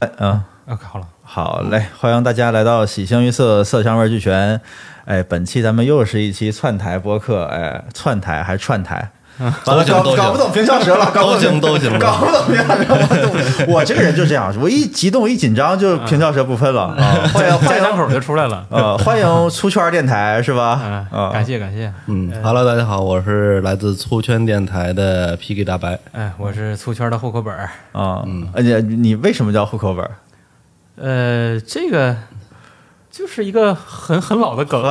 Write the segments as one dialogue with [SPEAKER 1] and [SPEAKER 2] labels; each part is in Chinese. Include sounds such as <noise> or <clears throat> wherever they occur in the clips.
[SPEAKER 1] 哎啊，
[SPEAKER 2] 啊，好了，
[SPEAKER 1] 好嘞，欢迎大家来到喜形于色，色香味俱全。哎，本期咱们又是一期串台播客，哎，串台还串台，完了
[SPEAKER 3] 都行
[SPEAKER 1] 搞
[SPEAKER 3] 都行
[SPEAKER 1] 搞不懂 <laughs> 平翘舌了， <laughs> 搞不
[SPEAKER 3] 都行
[SPEAKER 1] 懂
[SPEAKER 3] 都行
[SPEAKER 1] 搞不懂平翘舌我我这个人就这样，我一激动一紧张啊就平翘舌不 <laughs> 分了。
[SPEAKER 2] <laughs>
[SPEAKER 1] 啊欢迎欢
[SPEAKER 2] 嗯家
[SPEAKER 1] 迎
[SPEAKER 2] 两口就出来了。
[SPEAKER 1] 呃，
[SPEAKER 2] <laughs>
[SPEAKER 1] 欢迎出圈电台是吧？
[SPEAKER 2] 嗯，
[SPEAKER 1] 啊，
[SPEAKER 2] 感谢感谢。
[SPEAKER 3] 嗯，Hello，大家好，我是来自粗圈电台的 PK 大白。
[SPEAKER 2] 哎，我是粗圈的户口本儿。
[SPEAKER 1] 啊，而且你为什么叫户口本儿？
[SPEAKER 2] 呃，这个就是一个很很老的梗，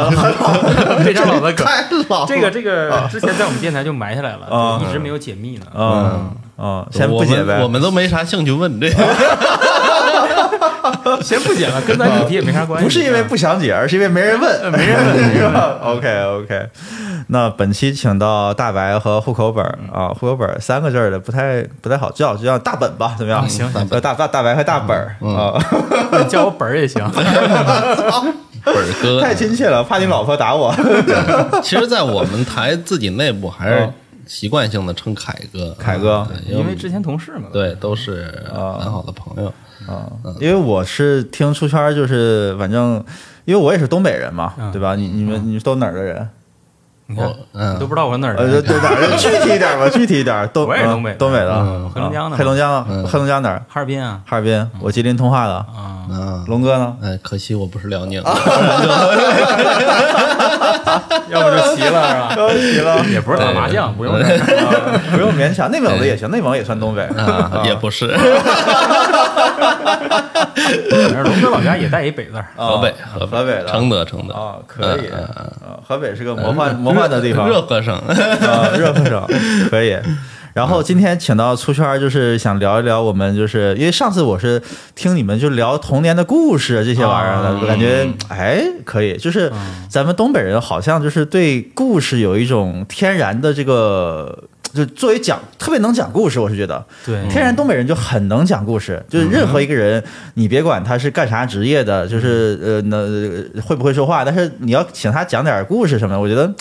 [SPEAKER 2] <laughs> 非常老的梗。
[SPEAKER 1] 太老
[SPEAKER 2] 这个这个之前在我们电台就埋下来
[SPEAKER 1] 啊
[SPEAKER 2] 了，一直没有解密呢。
[SPEAKER 1] 啊啊，先不
[SPEAKER 3] 我
[SPEAKER 1] 解
[SPEAKER 3] 们
[SPEAKER 1] 呗
[SPEAKER 3] 我。们都没啥兴趣问
[SPEAKER 1] <laughs>
[SPEAKER 3] 这个。
[SPEAKER 2] 先不解了，跟咱主题也没啥关系。啊
[SPEAKER 1] 不是因为不想解，而是因为没人
[SPEAKER 2] <laughs>
[SPEAKER 1] 问，没人问 <laughs> 是吧？OK OK，那本期请到大白和户口本儿
[SPEAKER 2] 嗯
[SPEAKER 1] 啊，户口本儿三个字儿的不太不太好叫，就叫大本吧，怎么样？
[SPEAKER 2] 啊行嗯
[SPEAKER 1] 呃，大大大白和大本儿啊，
[SPEAKER 2] 你叫我本儿
[SPEAKER 1] <laughs>
[SPEAKER 2] 也行。
[SPEAKER 1] 哎
[SPEAKER 3] 本儿
[SPEAKER 2] 嗯
[SPEAKER 3] 哥，啊
[SPEAKER 1] 太亲切了，怕你老婆打
[SPEAKER 2] <laughs>
[SPEAKER 1] 我。
[SPEAKER 3] 其实，在我们台自己内部还是
[SPEAKER 1] 嗯
[SPEAKER 3] 习惯性的称凯哥，啊
[SPEAKER 1] 凯哥
[SPEAKER 3] 对
[SPEAKER 2] 因为之前同事嘛，
[SPEAKER 3] 对都是很好的朋友。
[SPEAKER 1] 啊，
[SPEAKER 2] 嗯
[SPEAKER 1] 因为我是听出圈儿，就是反正，因为我也是东北人嘛，
[SPEAKER 2] 嗯
[SPEAKER 1] 对吧？你你们你们都哪儿的人？
[SPEAKER 2] 你看
[SPEAKER 3] 我嗯
[SPEAKER 2] 你都不知道我哪儿
[SPEAKER 1] 呃，
[SPEAKER 2] 人，
[SPEAKER 1] 对哪儿的？具体一点
[SPEAKER 2] <laughs>
[SPEAKER 1] 吧，具体一点。东
[SPEAKER 2] 我也是东北
[SPEAKER 1] 北，
[SPEAKER 2] 的
[SPEAKER 1] 东北的啊
[SPEAKER 3] 嗯，
[SPEAKER 2] 黑龙江的嘛
[SPEAKER 1] 黑龙江，黑龙江哪儿？
[SPEAKER 2] 哈尔滨啊
[SPEAKER 1] 哈尔滨，我吉林通化的。
[SPEAKER 2] 啊，
[SPEAKER 3] 嗯，
[SPEAKER 1] 龙哥呢？
[SPEAKER 3] 哎，可惜我不是辽宁，
[SPEAKER 1] 啊
[SPEAKER 2] 要不就齐了
[SPEAKER 1] <laughs>
[SPEAKER 2] 是吧？
[SPEAKER 1] 哦齐了，
[SPEAKER 2] 也不是打麻将，不用那儿
[SPEAKER 1] 不用勉强。内
[SPEAKER 3] 哎
[SPEAKER 1] 蒙的也行，内蒙也算东北。 <laughs>
[SPEAKER 3] 啊，也不是
[SPEAKER 2] 龙哥老家也带一北字儿，
[SPEAKER 1] 啊
[SPEAKER 3] 河北，
[SPEAKER 1] 河北的
[SPEAKER 3] 承德，承德
[SPEAKER 1] 啊，可以
[SPEAKER 3] 嗯嗯
[SPEAKER 1] 啊，河北是个魔幻魔幻的地方，
[SPEAKER 3] <laughs> 热河省。
[SPEAKER 1] 啊，热乎省可以。然
[SPEAKER 3] 嗯
[SPEAKER 1] 后今天请到出圈儿，就是想聊一聊我们，就是因为上次我是听你们就聊童年的故事这些玩意儿的，
[SPEAKER 3] 啊
[SPEAKER 1] 我感
[SPEAKER 3] 嗯
[SPEAKER 1] 觉哎可以，就是咱们东北人好像就是对故事有一种天然的这个，就作为讲特别能讲故事，我是觉得，
[SPEAKER 2] 对
[SPEAKER 1] 天然东北人就很能讲故事，就是任何一个人，你别管他是干啥职业的，就是呃，那会不会说话，但是你要请他讲点故事什么的，我觉得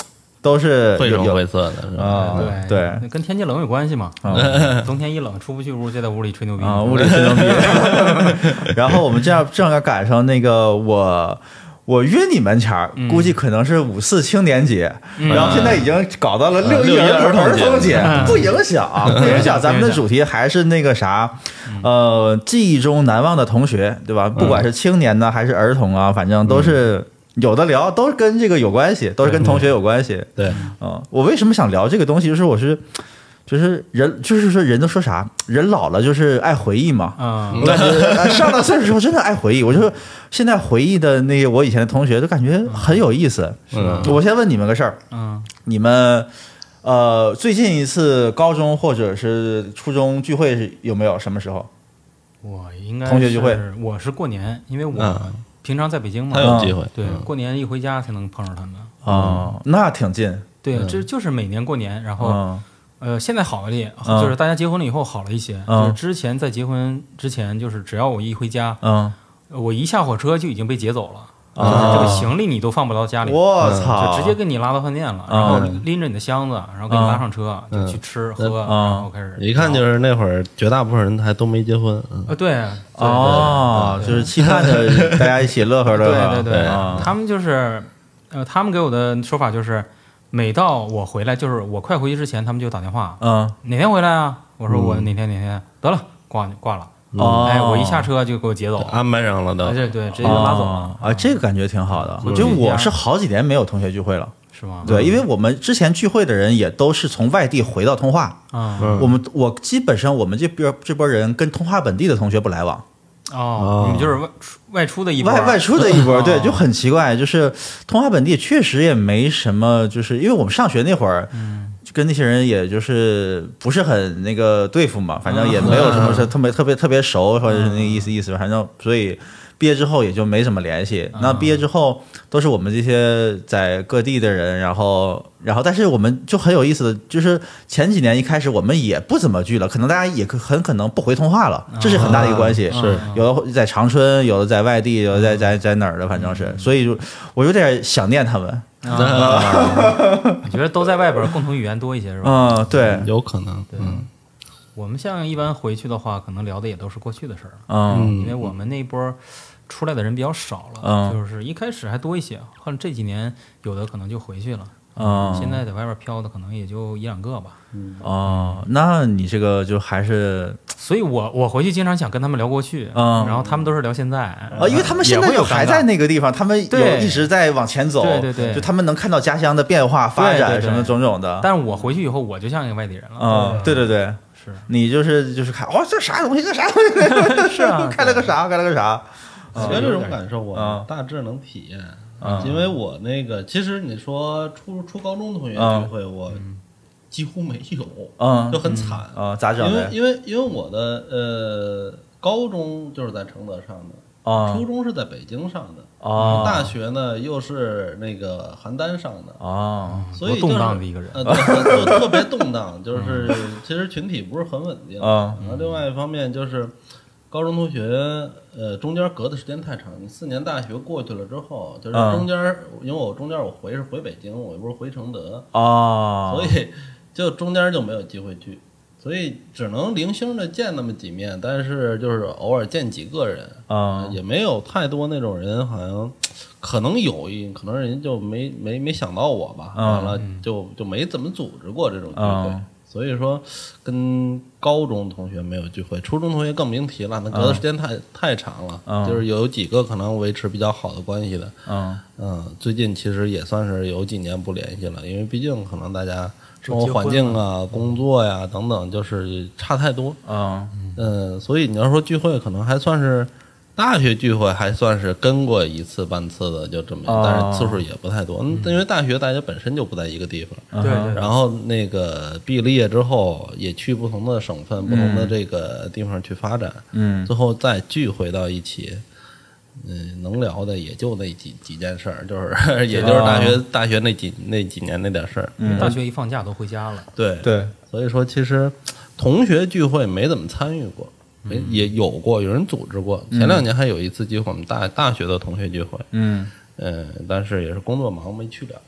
[SPEAKER 1] 都是
[SPEAKER 3] 绘
[SPEAKER 1] 有
[SPEAKER 3] 声
[SPEAKER 1] 有
[SPEAKER 3] 绘色的是吧？
[SPEAKER 1] 啊，对
[SPEAKER 2] 那跟天气冷有关系嘛
[SPEAKER 1] 嗯。
[SPEAKER 2] <laughs> 冬天一冷，出不去屋，就在屋里吹牛逼
[SPEAKER 1] 啊，物理吹牛逼。
[SPEAKER 2] <laughs>
[SPEAKER 1] <laughs> 然后我们这样正要赶上那个我。我约你们前儿，
[SPEAKER 2] 嗯
[SPEAKER 1] 估计可能是五四青年节，然后现在已经搞到了
[SPEAKER 2] 啊
[SPEAKER 3] 嗯
[SPEAKER 1] 六一
[SPEAKER 3] 六一
[SPEAKER 1] 儿
[SPEAKER 3] 儿童节
[SPEAKER 1] 童节， <laughs> 不影响，不影响。咱们的
[SPEAKER 2] 嗯不影响嗯
[SPEAKER 1] 主题还是那个啥，呃，记忆中难忘的同学，对吧？不管是青年呢，还是儿童啊，反正都
[SPEAKER 2] 嗯
[SPEAKER 1] 是有的聊，都是跟这个有关系，都是跟同学有关系。
[SPEAKER 3] 对，
[SPEAKER 1] 嗯，我为什么想聊这个东西？就是我是，就是人，就是说人都说啥，人老了就是爱回忆嘛。
[SPEAKER 2] 啊，
[SPEAKER 1] 我感觉呃上了岁数之后真的爱回忆，我就说现在回忆的那个我以前的同学都感觉很有意思。
[SPEAKER 3] 嗯
[SPEAKER 1] 我先问你们个事儿，
[SPEAKER 2] 嗯，
[SPEAKER 1] 你们呃最近一次高中或者是初中聚会是有没有？什么时候？
[SPEAKER 2] 我应该
[SPEAKER 1] 同学聚会
[SPEAKER 2] 是，我是过年，因为我
[SPEAKER 3] 嗯
[SPEAKER 2] 平常在北京嘛啊
[SPEAKER 3] 他，有机会，
[SPEAKER 2] 对，
[SPEAKER 3] 嗯
[SPEAKER 2] 过年一回家才能碰上他们。
[SPEAKER 1] 啊、那挺近。
[SPEAKER 2] 对，
[SPEAKER 3] 嗯
[SPEAKER 2] 这就是每年过年，然后
[SPEAKER 1] 嗯
[SPEAKER 2] 呃，现在好一点，
[SPEAKER 1] 嗯
[SPEAKER 2] 就是大家结婚了以后好了一些。
[SPEAKER 1] 嗯
[SPEAKER 2] 就是之前在结婚之前，就是只要我一回家，呃
[SPEAKER 1] 嗯，
[SPEAKER 2] 我一下火车就已经被劫走了，
[SPEAKER 1] 啊
[SPEAKER 2] 就是这个行李你都放不到家里，
[SPEAKER 1] 我操，
[SPEAKER 2] 嗯就直接给你拉到饭店了，
[SPEAKER 1] 嗯
[SPEAKER 2] 然后拎着你的箱子，然后给你拉上车，
[SPEAKER 3] 嗯
[SPEAKER 2] 就去吃喝，
[SPEAKER 1] 嗯
[SPEAKER 2] 然后开始。
[SPEAKER 3] 一看就是那会儿绝大部分人还都没结婚，嗯
[SPEAKER 2] 啊，对，对
[SPEAKER 1] 哦，就是期盼着大家一起乐呵乐呵。
[SPEAKER 2] 对对对
[SPEAKER 1] 啊，
[SPEAKER 2] 他们就是，呃，他们给我的说法就是，每到我回来，就是我快回去之前，他们就打电话，
[SPEAKER 1] 嗯，
[SPEAKER 2] 哪天回来啊？我说我哪天哪天，得了，挂挂了。
[SPEAKER 1] 哦，
[SPEAKER 2] 哎，我一下车就给我劫走了，
[SPEAKER 3] 安排上了都
[SPEAKER 2] 哎。对对，直接就拉走了，
[SPEAKER 1] 啊，这个感觉挺好的。我觉得
[SPEAKER 2] 嗯
[SPEAKER 1] 我是好几年没有同学聚会了，
[SPEAKER 2] 是吗？
[SPEAKER 1] 对，因为我们之前聚会的人也都是从外地回到通化，
[SPEAKER 2] 啊
[SPEAKER 3] 嗯
[SPEAKER 1] 我们我基本上我们这边这波人跟通化本地的同学不来往，
[SPEAKER 2] 哦，你们就是外出外出的一波
[SPEAKER 1] 外
[SPEAKER 2] 儿
[SPEAKER 1] 外出的一波，
[SPEAKER 2] 哦 <laughs>
[SPEAKER 1] 对，就很奇怪，就是通化本地确实也没什么，就是因为我们上学那会儿，就跟那些人也就是不是很那个对付嘛，反
[SPEAKER 2] 嗯
[SPEAKER 1] 正也没有什么是特别特别特别熟，或者是那个意思意思，反正所以。毕业之后也就没怎么联系。
[SPEAKER 2] 嗯
[SPEAKER 1] 那毕业之后都是我们这些在各地的人，然后，然后，但是我们就很有意思的，就是前几年一开始我们也不怎么聚了，可能大家也可很可能不回通话了，
[SPEAKER 2] 嗯
[SPEAKER 1] 这是很大的一个关系。
[SPEAKER 2] 是
[SPEAKER 1] 有的在长春，有的在外地，有的在在在哪儿的，反正
[SPEAKER 2] 嗯
[SPEAKER 1] 是，所以就我有点想念他们。
[SPEAKER 3] 啊
[SPEAKER 2] 你觉得都在外边儿，共同语言多一些是吧？
[SPEAKER 1] 嗯，对，
[SPEAKER 3] 有可能，嗯，
[SPEAKER 2] 我们像一般回去的话，可能聊的也都是过去的事儿了，
[SPEAKER 1] 嗯
[SPEAKER 2] 因为我们那波出来的人比较少了，
[SPEAKER 1] 嗯
[SPEAKER 2] 就是一开始还多一些，后来这几年有的可能就回去了，
[SPEAKER 1] 嗯
[SPEAKER 2] 现在在外边飘的可能也就一两个吧，
[SPEAKER 1] 哦，那你这个就还是
[SPEAKER 2] 所以我我回去经常想跟他们聊过去，
[SPEAKER 1] 嗯
[SPEAKER 2] 然后他们都是聊现在
[SPEAKER 1] 啊，因为他们现在
[SPEAKER 2] 也
[SPEAKER 1] 有
[SPEAKER 2] 会尴
[SPEAKER 1] 还
[SPEAKER 2] 尬
[SPEAKER 1] 在那个地方，他们有
[SPEAKER 2] 对
[SPEAKER 1] 一直在往前走，
[SPEAKER 2] 对对对
[SPEAKER 1] 就他们能看到家乡的变化、发
[SPEAKER 2] 对
[SPEAKER 1] 展
[SPEAKER 2] 对对
[SPEAKER 1] 什么种种的。
[SPEAKER 2] 但是我回去以后，我就像一个外地人了。
[SPEAKER 1] 嗯，对对对，
[SPEAKER 2] 是
[SPEAKER 1] 你就是就是看，哦，这啥东西，这啥 <laughs> 东西，
[SPEAKER 2] 是啊
[SPEAKER 1] 开了个啥，开了个啥，
[SPEAKER 3] 其实这种感受
[SPEAKER 1] 嗯
[SPEAKER 3] 我大致能体验，
[SPEAKER 1] 嗯
[SPEAKER 3] 因为我那个其实你说初初高中同学
[SPEAKER 1] 嗯
[SPEAKER 3] 聚会，我几乎没有，
[SPEAKER 1] 嗯
[SPEAKER 3] 就很惨。
[SPEAKER 1] 啊，咋整
[SPEAKER 3] 因为
[SPEAKER 1] 的？
[SPEAKER 3] 因为因为我的呃高中就是在承德上的，
[SPEAKER 1] 啊
[SPEAKER 3] 初中是在北京上的，
[SPEAKER 1] 啊，
[SPEAKER 3] 大学呢又是那个邯郸上的，
[SPEAKER 1] 啊，
[SPEAKER 3] 所以、就是、
[SPEAKER 2] 多动荡的一个人嗯
[SPEAKER 3] 呃，对就就特别动荡，
[SPEAKER 2] <laughs>
[SPEAKER 3] 就是其实群体不是很稳定。
[SPEAKER 2] 啊
[SPEAKER 1] 嗯
[SPEAKER 3] 然后另外一方面就是，高中同学呃中间隔的时间太长，你四年大学过去了之后，就是
[SPEAKER 2] 啊
[SPEAKER 1] 嗯
[SPEAKER 3] 中间、因为我中间我回是回北京，我又不是回承德，
[SPEAKER 1] 啊，
[SPEAKER 3] 所以就中间就没有机会聚，所以只能零星的见那么几面，但是就是偶尔见几个人，
[SPEAKER 1] 啊
[SPEAKER 3] 也没有太多那种人，好像可能有一，可能人家就没没没想到我吧，
[SPEAKER 1] 嗯
[SPEAKER 3] 完了就就没怎么组织过这种聚会
[SPEAKER 1] 嗯。
[SPEAKER 3] 所以说，跟高中同学没有聚会，初中同学更甭提了，那隔的时间太、太长了。
[SPEAKER 1] 嗯
[SPEAKER 3] 就是有几个可能维持比较好的关系的，
[SPEAKER 1] 嗯
[SPEAKER 3] 嗯，最近其实也算是有几年不联系了，因为毕竟可能大家生活
[SPEAKER 2] 都结婚
[SPEAKER 3] 环境啊、工作呀、等等，就是差太多。
[SPEAKER 1] 嗯
[SPEAKER 3] 嗯，所以你要说聚会，可能还算是大学聚会，还算是跟过一次半次的，就这么，
[SPEAKER 1] 哦
[SPEAKER 3] 但是次数也不太多。嗯，因为大学大家本身就不在一个地方，
[SPEAKER 1] 嗯
[SPEAKER 2] 对对对
[SPEAKER 3] 然后那个毕业之后也去不同的省份、不同的这个地方去发展，
[SPEAKER 1] 嗯
[SPEAKER 3] 最后再聚回到一起。嗯，能聊的也就那几几件事儿，就是 <laughs> 也就是大学、大学那几那几年那点事儿。
[SPEAKER 2] 嗯大学一放假都回家了，
[SPEAKER 3] 对
[SPEAKER 1] 对，
[SPEAKER 3] 所以说其实同学聚会没怎么参与过，
[SPEAKER 2] 嗯
[SPEAKER 3] 没也有过，有人组织过。前两年还有一次机会，我们大大学的同学聚会，
[SPEAKER 1] 嗯
[SPEAKER 3] 嗯，但是也是工作忙没去了，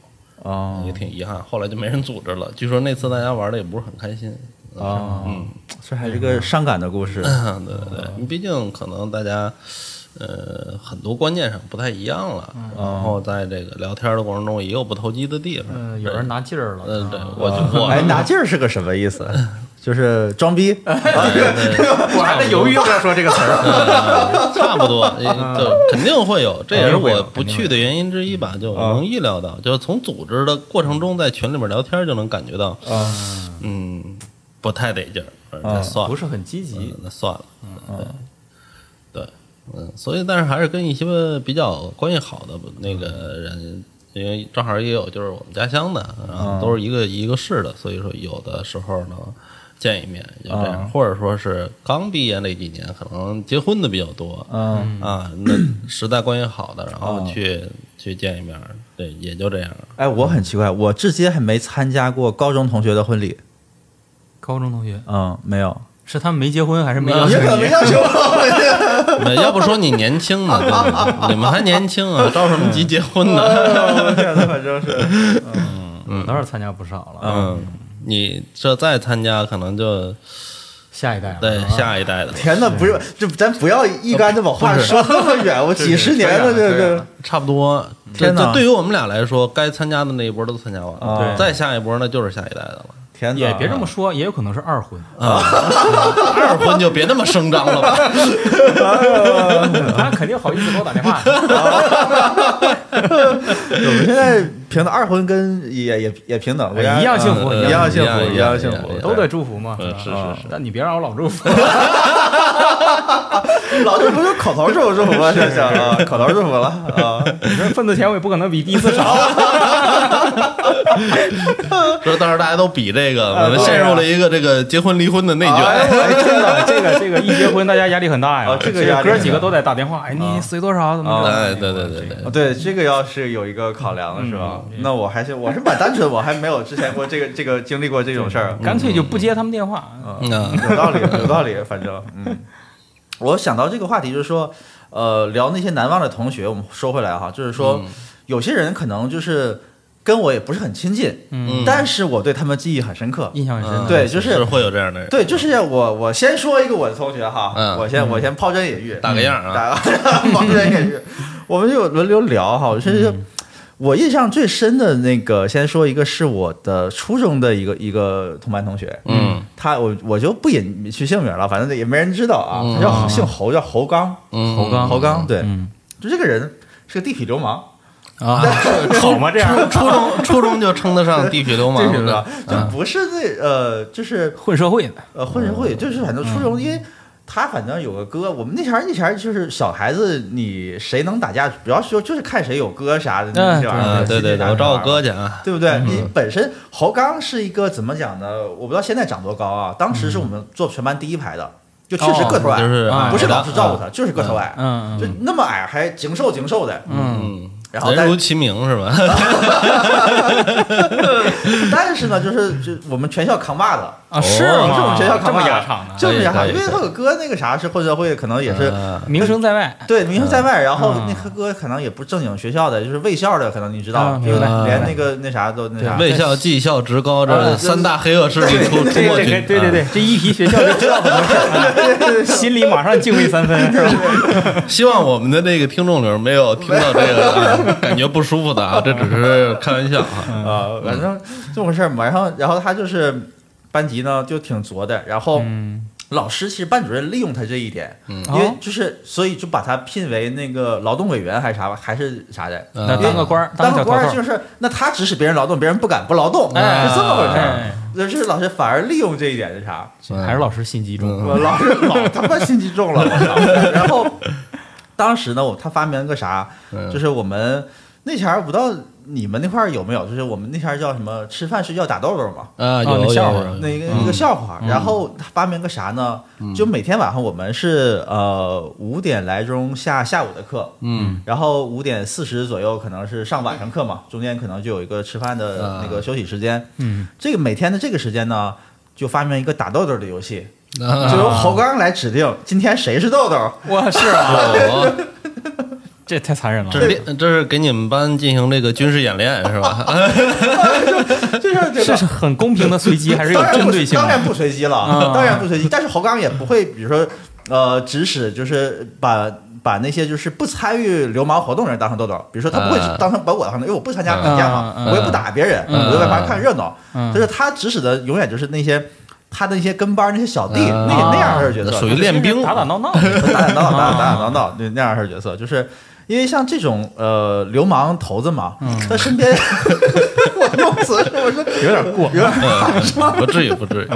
[SPEAKER 2] 哦
[SPEAKER 1] 啊
[SPEAKER 3] 也挺遗憾。后来就没人组织了。据说那次大家玩的也不是很开心。
[SPEAKER 1] 啊，
[SPEAKER 3] 嗯，
[SPEAKER 1] 这还是个伤感的故事。
[SPEAKER 2] 嗯
[SPEAKER 3] <laughs> 对对
[SPEAKER 2] 哦
[SPEAKER 3] 对，毕竟可能大家。呃，很多观念上不太一样了，
[SPEAKER 2] 嗯
[SPEAKER 3] 然后在这个聊天的过程中也有不投机的地方。
[SPEAKER 2] 嗯，有人拿劲儿了，
[SPEAKER 3] 嗯，对，
[SPEAKER 2] 啊
[SPEAKER 3] 我就我
[SPEAKER 1] 哎，拿劲儿是个什么意思？就是装逼。
[SPEAKER 2] 我还在犹豫要不要说这个词儿。
[SPEAKER 3] 呃差不多，也就肯定会有，这也是我嗯不去的原因之一吧，就
[SPEAKER 1] 啊
[SPEAKER 3] 能意料到，就是从组织的过程中，在群里面聊天就能感觉到，
[SPEAKER 1] 啊
[SPEAKER 3] 嗯，不太得劲儿，
[SPEAKER 1] 啊
[SPEAKER 3] 那算
[SPEAKER 2] 不
[SPEAKER 3] 了，
[SPEAKER 2] 是很积极
[SPEAKER 3] 嗯，那算了，对，对，嗯，所以但是还是跟一些比较关系好的那个人。因为正好也有就是我们家乡的，然后都是一个一个市的，所以说有的时候能见一面就这样，
[SPEAKER 1] 啊
[SPEAKER 3] 或者说是刚毕业那几年，可能结婚的比较多，
[SPEAKER 1] 嗯
[SPEAKER 3] 啊，那时代关系好的，然后去、去见一面儿，对，也就这样。 <laughs>
[SPEAKER 1] 哎，我很奇怪，我至今还没参加过高中同学的婚礼。
[SPEAKER 2] 高中同学
[SPEAKER 1] 嗯，没有。
[SPEAKER 2] 是他们没结婚还是没
[SPEAKER 3] 嗯
[SPEAKER 2] 邀
[SPEAKER 3] 也
[SPEAKER 2] 请
[SPEAKER 3] 可
[SPEAKER 2] 你？
[SPEAKER 1] 要求 <laughs> 我。
[SPEAKER 3] 那要不说你年轻呢，对你们还年轻啊，着什么急结婚呢？
[SPEAKER 1] 我天呐，反正是
[SPEAKER 2] 我倒是参加不少了，
[SPEAKER 3] 嗯，你这再参加，可能就
[SPEAKER 2] 下一代了
[SPEAKER 3] 对
[SPEAKER 2] 啊
[SPEAKER 3] 下一代的，
[SPEAKER 1] 天呐，不是，这咱不要一竿子往话说那么远，我几十年 <laughs> 了，这这
[SPEAKER 3] 差不多。这
[SPEAKER 1] 天哪
[SPEAKER 3] 这对于我们俩来说，该参加的那一波都参加完了，
[SPEAKER 1] 啊
[SPEAKER 3] 再下一波那就是下一代的了。
[SPEAKER 1] 天呐，
[SPEAKER 2] 也
[SPEAKER 3] 嗯
[SPEAKER 2] 别这么说，也有可能是二婚，
[SPEAKER 1] 啊 <laughs>
[SPEAKER 3] 二婚就别那么声张了吧。嗯
[SPEAKER 2] <laughs> 他肯定好意思给我打电话。
[SPEAKER 1] 我们现在平等，二婚跟也也也平等，我家
[SPEAKER 2] 一样幸福
[SPEAKER 1] 嗯一
[SPEAKER 2] 一
[SPEAKER 1] 样
[SPEAKER 2] 样
[SPEAKER 1] 幸
[SPEAKER 3] 幸
[SPEAKER 1] 福，
[SPEAKER 3] 福
[SPEAKER 1] 一样幸
[SPEAKER 3] 一
[SPEAKER 1] 福，
[SPEAKER 3] 样
[SPEAKER 2] 都得祝福嘛，
[SPEAKER 3] 嗯，是是是。
[SPEAKER 2] 但你别让我老祝福，
[SPEAKER 1] 对老这不是口头祝福祝福 <laughs> 吗？想想啊，口头祝福了啊，
[SPEAKER 2] 你说份子钱我也不可能比第一次少。
[SPEAKER 3] 说到时候大家都比这个，我们
[SPEAKER 1] 对啊
[SPEAKER 3] 陷入了一个这个结婚离婚的 <laughs> 内
[SPEAKER 1] 哎
[SPEAKER 3] 卷。
[SPEAKER 1] 呦我的
[SPEAKER 2] <laughs>
[SPEAKER 1] 天呐，
[SPEAKER 2] 这个这个一结婚大家压力很大呀，
[SPEAKER 3] 哦
[SPEAKER 1] 啊这个压力
[SPEAKER 2] 哥几个都得打电话，哎，你随多少怎么着？
[SPEAKER 3] 嗯哎，对对对对，
[SPEAKER 1] 哦对，这个要是有一个考量了，是吧？那我还是我是蛮单纯，我还没有之前过这个这个经历过这种事儿，
[SPEAKER 2] 干脆就不接他们电话。啊
[SPEAKER 1] 啊
[SPEAKER 3] 嗯
[SPEAKER 1] 有道理，有道理，反正嗯，我想到这个话题就是说，呃，聊那些难忘的同学，我们说回来哈，就是说、有些人可能就是。跟我也不是很亲近，
[SPEAKER 2] 嗯
[SPEAKER 1] 但是我对他们记忆很深刻。
[SPEAKER 2] 印象很深
[SPEAKER 3] 嗯
[SPEAKER 2] 的。
[SPEAKER 1] 对就是
[SPEAKER 3] 会有这样的人，
[SPEAKER 1] <laughs> 对，就是我我先说一个我的同学哈，
[SPEAKER 3] 嗯
[SPEAKER 1] 我先我先抛砖引玉，嗯
[SPEAKER 3] 打个样啊，
[SPEAKER 1] 打个 <laughs> 抛砖引玉，我们就轮流聊哈。其
[SPEAKER 3] 嗯
[SPEAKER 1] 实我印象最深的那个，先说一个是我的初中的一个一个同班同学，
[SPEAKER 3] 嗯
[SPEAKER 1] 他我我就不引去姓名了，反正也没人知道啊，
[SPEAKER 3] 嗯
[SPEAKER 1] 他叫姓侯，叫侯刚，
[SPEAKER 3] 嗯，
[SPEAKER 2] 侯刚
[SPEAKER 1] 侯刚对，
[SPEAKER 2] 嗯
[SPEAKER 1] 就这个人是个地痞流氓。 <laughs>
[SPEAKER 2] 啊，好吗？这样
[SPEAKER 3] 初初中初中就称得上地痞流氓
[SPEAKER 1] 这是吧
[SPEAKER 3] 了，？
[SPEAKER 1] 就不是那呃，就是
[SPEAKER 2] 混社会的，
[SPEAKER 1] 呃混社会，
[SPEAKER 3] 嗯
[SPEAKER 1] 就是反正初中，因为他反正有个哥，我们那前儿那前儿就是小孩子，你谁能打架，主要是就是看谁有哥啥的，
[SPEAKER 2] 嗯
[SPEAKER 1] 那玩意
[SPEAKER 3] 啊，
[SPEAKER 1] 儿，
[SPEAKER 3] 对对对，我找我哥，去啊，
[SPEAKER 1] 对不对？你本身侯刚是一个怎么讲呢？我不知道现在长多高啊，当时是我们坐全班第一排的，就确实个头矮，
[SPEAKER 3] 哦就是
[SPEAKER 2] 啊
[SPEAKER 1] 不是老
[SPEAKER 3] 老
[SPEAKER 1] 师
[SPEAKER 3] 师
[SPEAKER 1] 照顾他，就是个头矮，
[SPEAKER 2] 嗯
[SPEAKER 1] 就那么矮还精瘦精瘦的，
[SPEAKER 2] 嗯
[SPEAKER 3] 嗯，
[SPEAKER 1] 然后但
[SPEAKER 3] 人如其名是吧？
[SPEAKER 1] 但是呢，就是就我们全校扛把子。
[SPEAKER 3] 哦
[SPEAKER 2] 啊，是
[SPEAKER 1] 我
[SPEAKER 2] 吗？
[SPEAKER 1] 们学校
[SPEAKER 2] 这
[SPEAKER 1] 看
[SPEAKER 2] 么
[SPEAKER 1] 法
[SPEAKER 2] 压场
[SPEAKER 3] 哎
[SPEAKER 2] 呢？
[SPEAKER 1] 就是压场，因为
[SPEAKER 3] 可以可以
[SPEAKER 1] 他有哥那个啥是混社会，可 <laughs> 能也是
[SPEAKER 3] 啊
[SPEAKER 2] 名声在外，
[SPEAKER 1] 对名声在外，然后
[SPEAKER 2] 嗯
[SPEAKER 1] 那他哥可能也不是正经学校的，就是卫校的，可能你知道，
[SPEAKER 2] 嗯
[SPEAKER 1] 就是
[SPEAKER 2] 明白
[SPEAKER 1] 连那个那啥都那啥。
[SPEAKER 3] 卫校、技校、职高
[SPEAKER 1] 啊
[SPEAKER 3] 这三大黑恶势
[SPEAKER 2] <laughs>
[SPEAKER 3] 力出出
[SPEAKER 2] 这
[SPEAKER 3] 没
[SPEAKER 2] 个这
[SPEAKER 3] 去
[SPEAKER 2] 个，对对对，这一提学校就知道怎么回事 <laughs> 儿了，啊心里马上敬畏三分，是吧？
[SPEAKER 3] 啊希望我们的这个听众里面没有听到这个
[SPEAKER 1] <laughs>
[SPEAKER 3] 啊感觉不舒服的啊，这只是开玩笑啊。
[SPEAKER 1] 啊，反
[SPEAKER 2] 嗯
[SPEAKER 1] 正这么回事儿嘛。然后，然后他就是班级呢就挺作的，然后
[SPEAKER 2] 嗯，
[SPEAKER 1] 老师其实班主任利用他这一点，
[SPEAKER 3] 嗯
[SPEAKER 1] 因为
[SPEAKER 2] 哦
[SPEAKER 1] 就是所以就把他聘为那个劳动委员还是啥吧，还是啥的。
[SPEAKER 2] 那
[SPEAKER 3] 嗯
[SPEAKER 2] 当个官儿，
[SPEAKER 1] 当
[SPEAKER 2] 个
[SPEAKER 1] 个
[SPEAKER 2] 小
[SPEAKER 1] 官
[SPEAKER 2] 头
[SPEAKER 1] 儿
[SPEAKER 2] 头，
[SPEAKER 1] 就是，那他指使别人劳动，别人不敢不劳动，
[SPEAKER 2] 哎
[SPEAKER 1] 是这么回事儿。
[SPEAKER 2] 哎，
[SPEAKER 1] 就是老师反而利用这一点，那啥，
[SPEAKER 3] 嗯
[SPEAKER 2] 还是老师心机重，
[SPEAKER 1] 我 <laughs> 老是老他妈心机重了，我操！然后当时呢，我他发明了个啥，
[SPEAKER 3] 嗯
[SPEAKER 1] 就是我们那前儿不知道你们那块儿有没有，就是我们那前儿叫什么吃饭睡觉打豆豆嘛，
[SPEAKER 3] 啊，
[SPEAKER 2] 那
[SPEAKER 3] 有
[SPEAKER 2] 笑
[SPEAKER 3] 有
[SPEAKER 2] 话
[SPEAKER 3] 有嗯
[SPEAKER 1] 那个一个笑话。然后他发明个啥呢？就每天晚上我们是呃五点来钟下下午的课，
[SPEAKER 3] 嗯，
[SPEAKER 1] 然后五点四十左右可能是上晚上课嘛，中间可能就有一个吃饭的
[SPEAKER 3] 啊
[SPEAKER 1] 那个休息时间。
[SPEAKER 2] 嗯，
[SPEAKER 1] 这个每天的这个时间呢，就发明一个打豆豆的游戏。
[SPEAKER 3] 啊
[SPEAKER 2] 嗯
[SPEAKER 1] 就由侯刚来指定今天谁是豆豆。
[SPEAKER 2] 哇，是啊，
[SPEAKER 3] 有
[SPEAKER 2] <laughs> 这太残忍了
[SPEAKER 3] 这，是练这是给你们班进行这个军事演练是
[SPEAKER 1] <laughs>
[SPEAKER 3] 吧？
[SPEAKER 1] 这事儿这
[SPEAKER 2] 这
[SPEAKER 1] 个
[SPEAKER 2] 是很公平的随机，还是有
[SPEAKER 1] 当然
[SPEAKER 2] 针
[SPEAKER 1] 不
[SPEAKER 2] 对性
[SPEAKER 1] 当
[SPEAKER 2] 的？
[SPEAKER 1] 然不随机了，
[SPEAKER 2] 啊
[SPEAKER 1] 当然不随机。但是侯刚也不会，比如说呃，指使就是把。把那些就是不参与流氓活动的人当成豆豆，比如说他不会
[SPEAKER 3] 啊
[SPEAKER 1] 当成把我当成，因为我不参加打架嘛
[SPEAKER 2] 嗯嗯嗯，
[SPEAKER 1] 我也不打别人，
[SPEAKER 2] 嗯
[SPEAKER 1] 我就在旁边看热闹。
[SPEAKER 2] 嗯
[SPEAKER 1] 就是他指使的永远就是那些他的那些跟班那些小弟，
[SPEAKER 3] 啊
[SPEAKER 2] 嗯
[SPEAKER 1] 那那
[SPEAKER 2] 哦
[SPEAKER 1] 样的角色，
[SPEAKER 3] 属于练兵
[SPEAKER 2] 打打闹闹，
[SPEAKER 1] <laughs> 打打闹闹，打打打打闹闹，对那样式儿角色，就是因为像这种呃流氓头子嘛，他身边我用词是不是有点过？有点
[SPEAKER 3] 嗯 <laughs> 不至于不至于，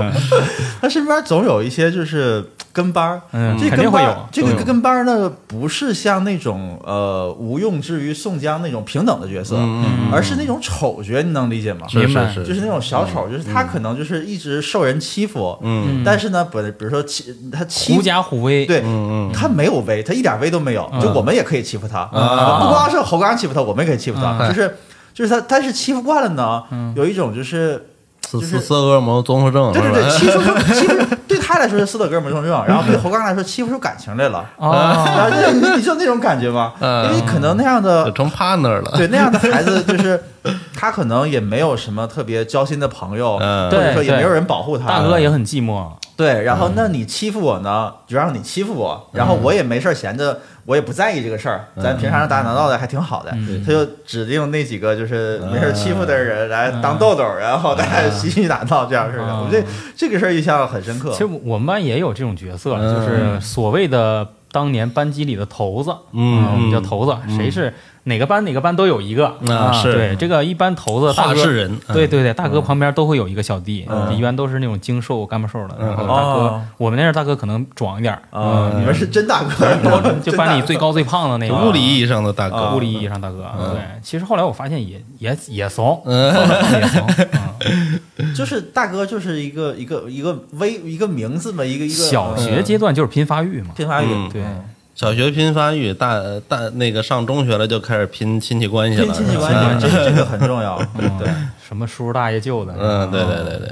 [SPEAKER 1] 他身边总有一些就是跟班儿，
[SPEAKER 2] 嗯
[SPEAKER 1] 这
[SPEAKER 2] 肯
[SPEAKER 1] 跟
[SPEAKER 2] 定会
[SPEAKER 1] 班
[SPEAKER 2] 有
[SPEAKER 1] 儿这
[SPEAKER 2] 都
[SPEAKER 1] 个
[SPEAKER 2] 有
[SPEAKER 1] 跟班儿呢，不是像那种呃无用之于宋江那种平等的角色，
[SPEAKER 3] 嗯
[SPEAKER 1] 而是那种丑角，你能理解吗？
[SPEAKER 3] 是
[SPEAKER 2] 明白
[SPEAKER 3] 是
[SPEAKER 1] 就是
[SPEAKER 3] 是，
[SPEAKER 1] 那种小丑，就是他可能就是一直受人欺负，
[SPEAKER 3] 嗯
[SPEAKER 1] 但是呢，本比如说欺他欺
[SPEAKER 2] <laughs> 狐假虎威，
[SPEAKER 1] 对，
[SPEAKER 3] 嗯嗯
[SPEAKER 1] 他没有威，他一点威都没有。就我们也可以欺负他，
[SPEAKER 3] 啊
[SPEAKER 1] 不光是侯刚欺负他，我们也可以欺负他，
[SPEAKER 3] 嗯
[SPEAKER 1] 就是就是他，但是欺负惯了呢，有一种就是。
[SPEAKER 3] 四
[SPEAKER 1] 就是
[SPEAKER 3] 四四恶魔综合症是
[SPEAKER 1] 对对
[SPEAKER 3] 吧？
[SPEAKER 1] 对，欺负出欺负对他来说是斯德哥尔摩症症，然
[SPEAKER 3] 嗯
[SPEAKER 1] 后对侯刚来说欺负出感情来了，
[SPEAKER 2] <laughs> 啊，
[SPEAKER 1] 然后就你你就那种感觉吗？因
[SPEAKER 3] 哦嗯
[SPEAKER 1] 为可能那样
[SPEAKER 3] <laughs> 就
[SPEAKER 1] 的
[SPEAKER 3] 成 partner 了。
[SPEAKER 1] 对那样的孩子，就是他可能也没有什么特别交心的朋友，
[SPEAKER 3] 嗯
[SPEAKER 1] 或者说
[SPEAKER 2] 对
[SPEAKER 1] 也没有
[SPEAKER 2] 对
[SPEAKER 1] 人保护他。
[SPEAKER 2] 大哥也很寂寞，
[SPEAKER 1] 对，然后
[SPEAKER 2] 嗯
[SPEAKER 1] 那你欺负我呢，就让你欺负我，然后我也没事儿闲着，我也不在意这个事儿，咱平常打打闹闹的还挺好的。
[SPEAKER 2] 嗯
[SPEAKER 1] 他就指定那几个就是没事儿欺负的人来当豆豆儿，然后大家嬉戏打闹这样似的。
[SPEAKER 2] 嗯
[SPEAKER 1] 我这这个事儿印象很深刻
[SPEAKER 2] 其。实我们班也有这种角色，就是
[SPEAKER 3] 嗯
[SPEAKER 2] 所谓的当年班级里的头子，
[SPEAKER 3] 嗯
[SPEAKER 2] 啊我们叫头子，谁是哪个班哪个班都有一个
[SPEAKER 3] 啊是
[SPEAKER 2] 对这个一般头子大
[SPEAKER 3] 话
[SPEAKER 2] 哥
[SPEAKER 3] 事。人，嗯
[SPEAKER 2] 对对对，大哥旁边都会有一个小弟，
[SPEAKER 1] 嗯
[SPEAKER 2] 一般都是那种精瘦干巴瘦的。然后
[SPEAKER 3] 嗯
[SPEAKER 2] 大
[SPEAKER 1] 哦
[SPEAKER 2] 哥，我们那儿大哥可能壮一点儿，
[SPEAKER 1] 啊、你们是真大哥，
[SPEAKER 2] 我们
[SPEAKER 1] <laughs>
[SPEAKER 2] 就
[SPEAKER 1] 真大
[SPEAKER 2] 班里
[SPEAKER 1] 哥
[SPEAKER 2] 最高最胖的那个。
[SPEAKER 3] 物理意义嗯上的大
[SPEAKER 1] 啊
[SPEAKER 3] 哥
[SPEAKER 2] 物，理意义上大哥，对。其实后来我发现也也也怂，也怂。
[SPEAKER 3] <laughs>
[SPEAKER 2] 嗯
[SPEAKER 1] 就是大哥，就是一个一个一个微一个名字嘛，一个一个嗯
[SPEAKER 2] 小学阶段就是拼发育嘛，
[SPEAKER 1] 拼发
[SPEAKER 3] 嗯
[SPEAKER 1] 语，
[SPEAKER 2] 对。
[SPEAKER 3] 小学拼发育，大大那个上中学了就开始拼亲戚关系
[SPEAKER 1] 拼
[SPEAKER 3] 了，
[SPEAKER 1] 亲戚
[SPEAKER 3] 是吧
[SPEAKER 1] 关系，这个这个很重要。
[SPEAKER 2] 嗯
[SPEAKER 1] 对，
[SPEAKER 2] 什么叔叔大爷舅的，
[SPEAKER 3] 嗯，对对对对，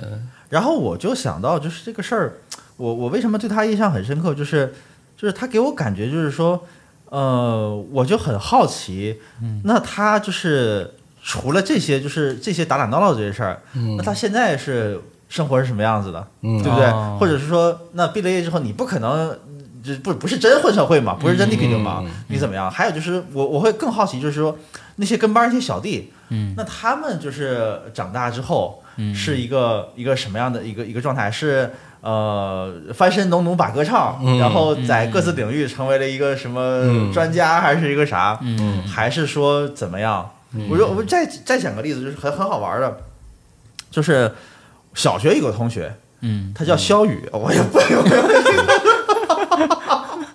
[SPEAKER 1] 然后我就想到，就是这个事儿，我我为什么对他印象很深刻，就是就是他给我感觉就是说，呃，我就很好奇，那他就是除了这些，就是这些打打闹闹这些事儿，那他现在是生活是什么样子的，
[SPEAKER 3] 嗯
[SPEAKER 1] 对不对？
[SPEAKER 2] 哦
[SPEAKER 1] 或者是说，那毕了业之后，你不可能就不不是真混社会嘛，不是真地痞流氓，
[SPEAKER 3] 嗯
[SPEAKER 1] 你怎么样？还有就是，我我会更好奇，就是说那些跟班那些小弟，
[SPEAKER 2] 嗯
[SPEAKER 1] 那他们就是长大之后
[SPEAKER 2] 嗯
[SPEAKER 1] 是一个、一个什么样的一个一个状态？是呃翻身农奴把歌唱，
[SPEAKER 3] 嗯
[SPEAKER 1] 然后在各自领域成为了一个什么
[SPEAKER 3] 嗯
[SPEAKER 1] 专家，还是一个啥？
[SPEAKER 2] 嗯
[SPEAKER 1] 还是说怎么样？
[SPEAKER 3] 嗯
[SPEAKER 1] 我说我再再讲个例子，就是很很好玩的，就是小学有个同学，
[SPEAKER 2] 嗯，
[SPEAKER 1] 他叫肖宇，我也不
[SPEAKER 2] 哎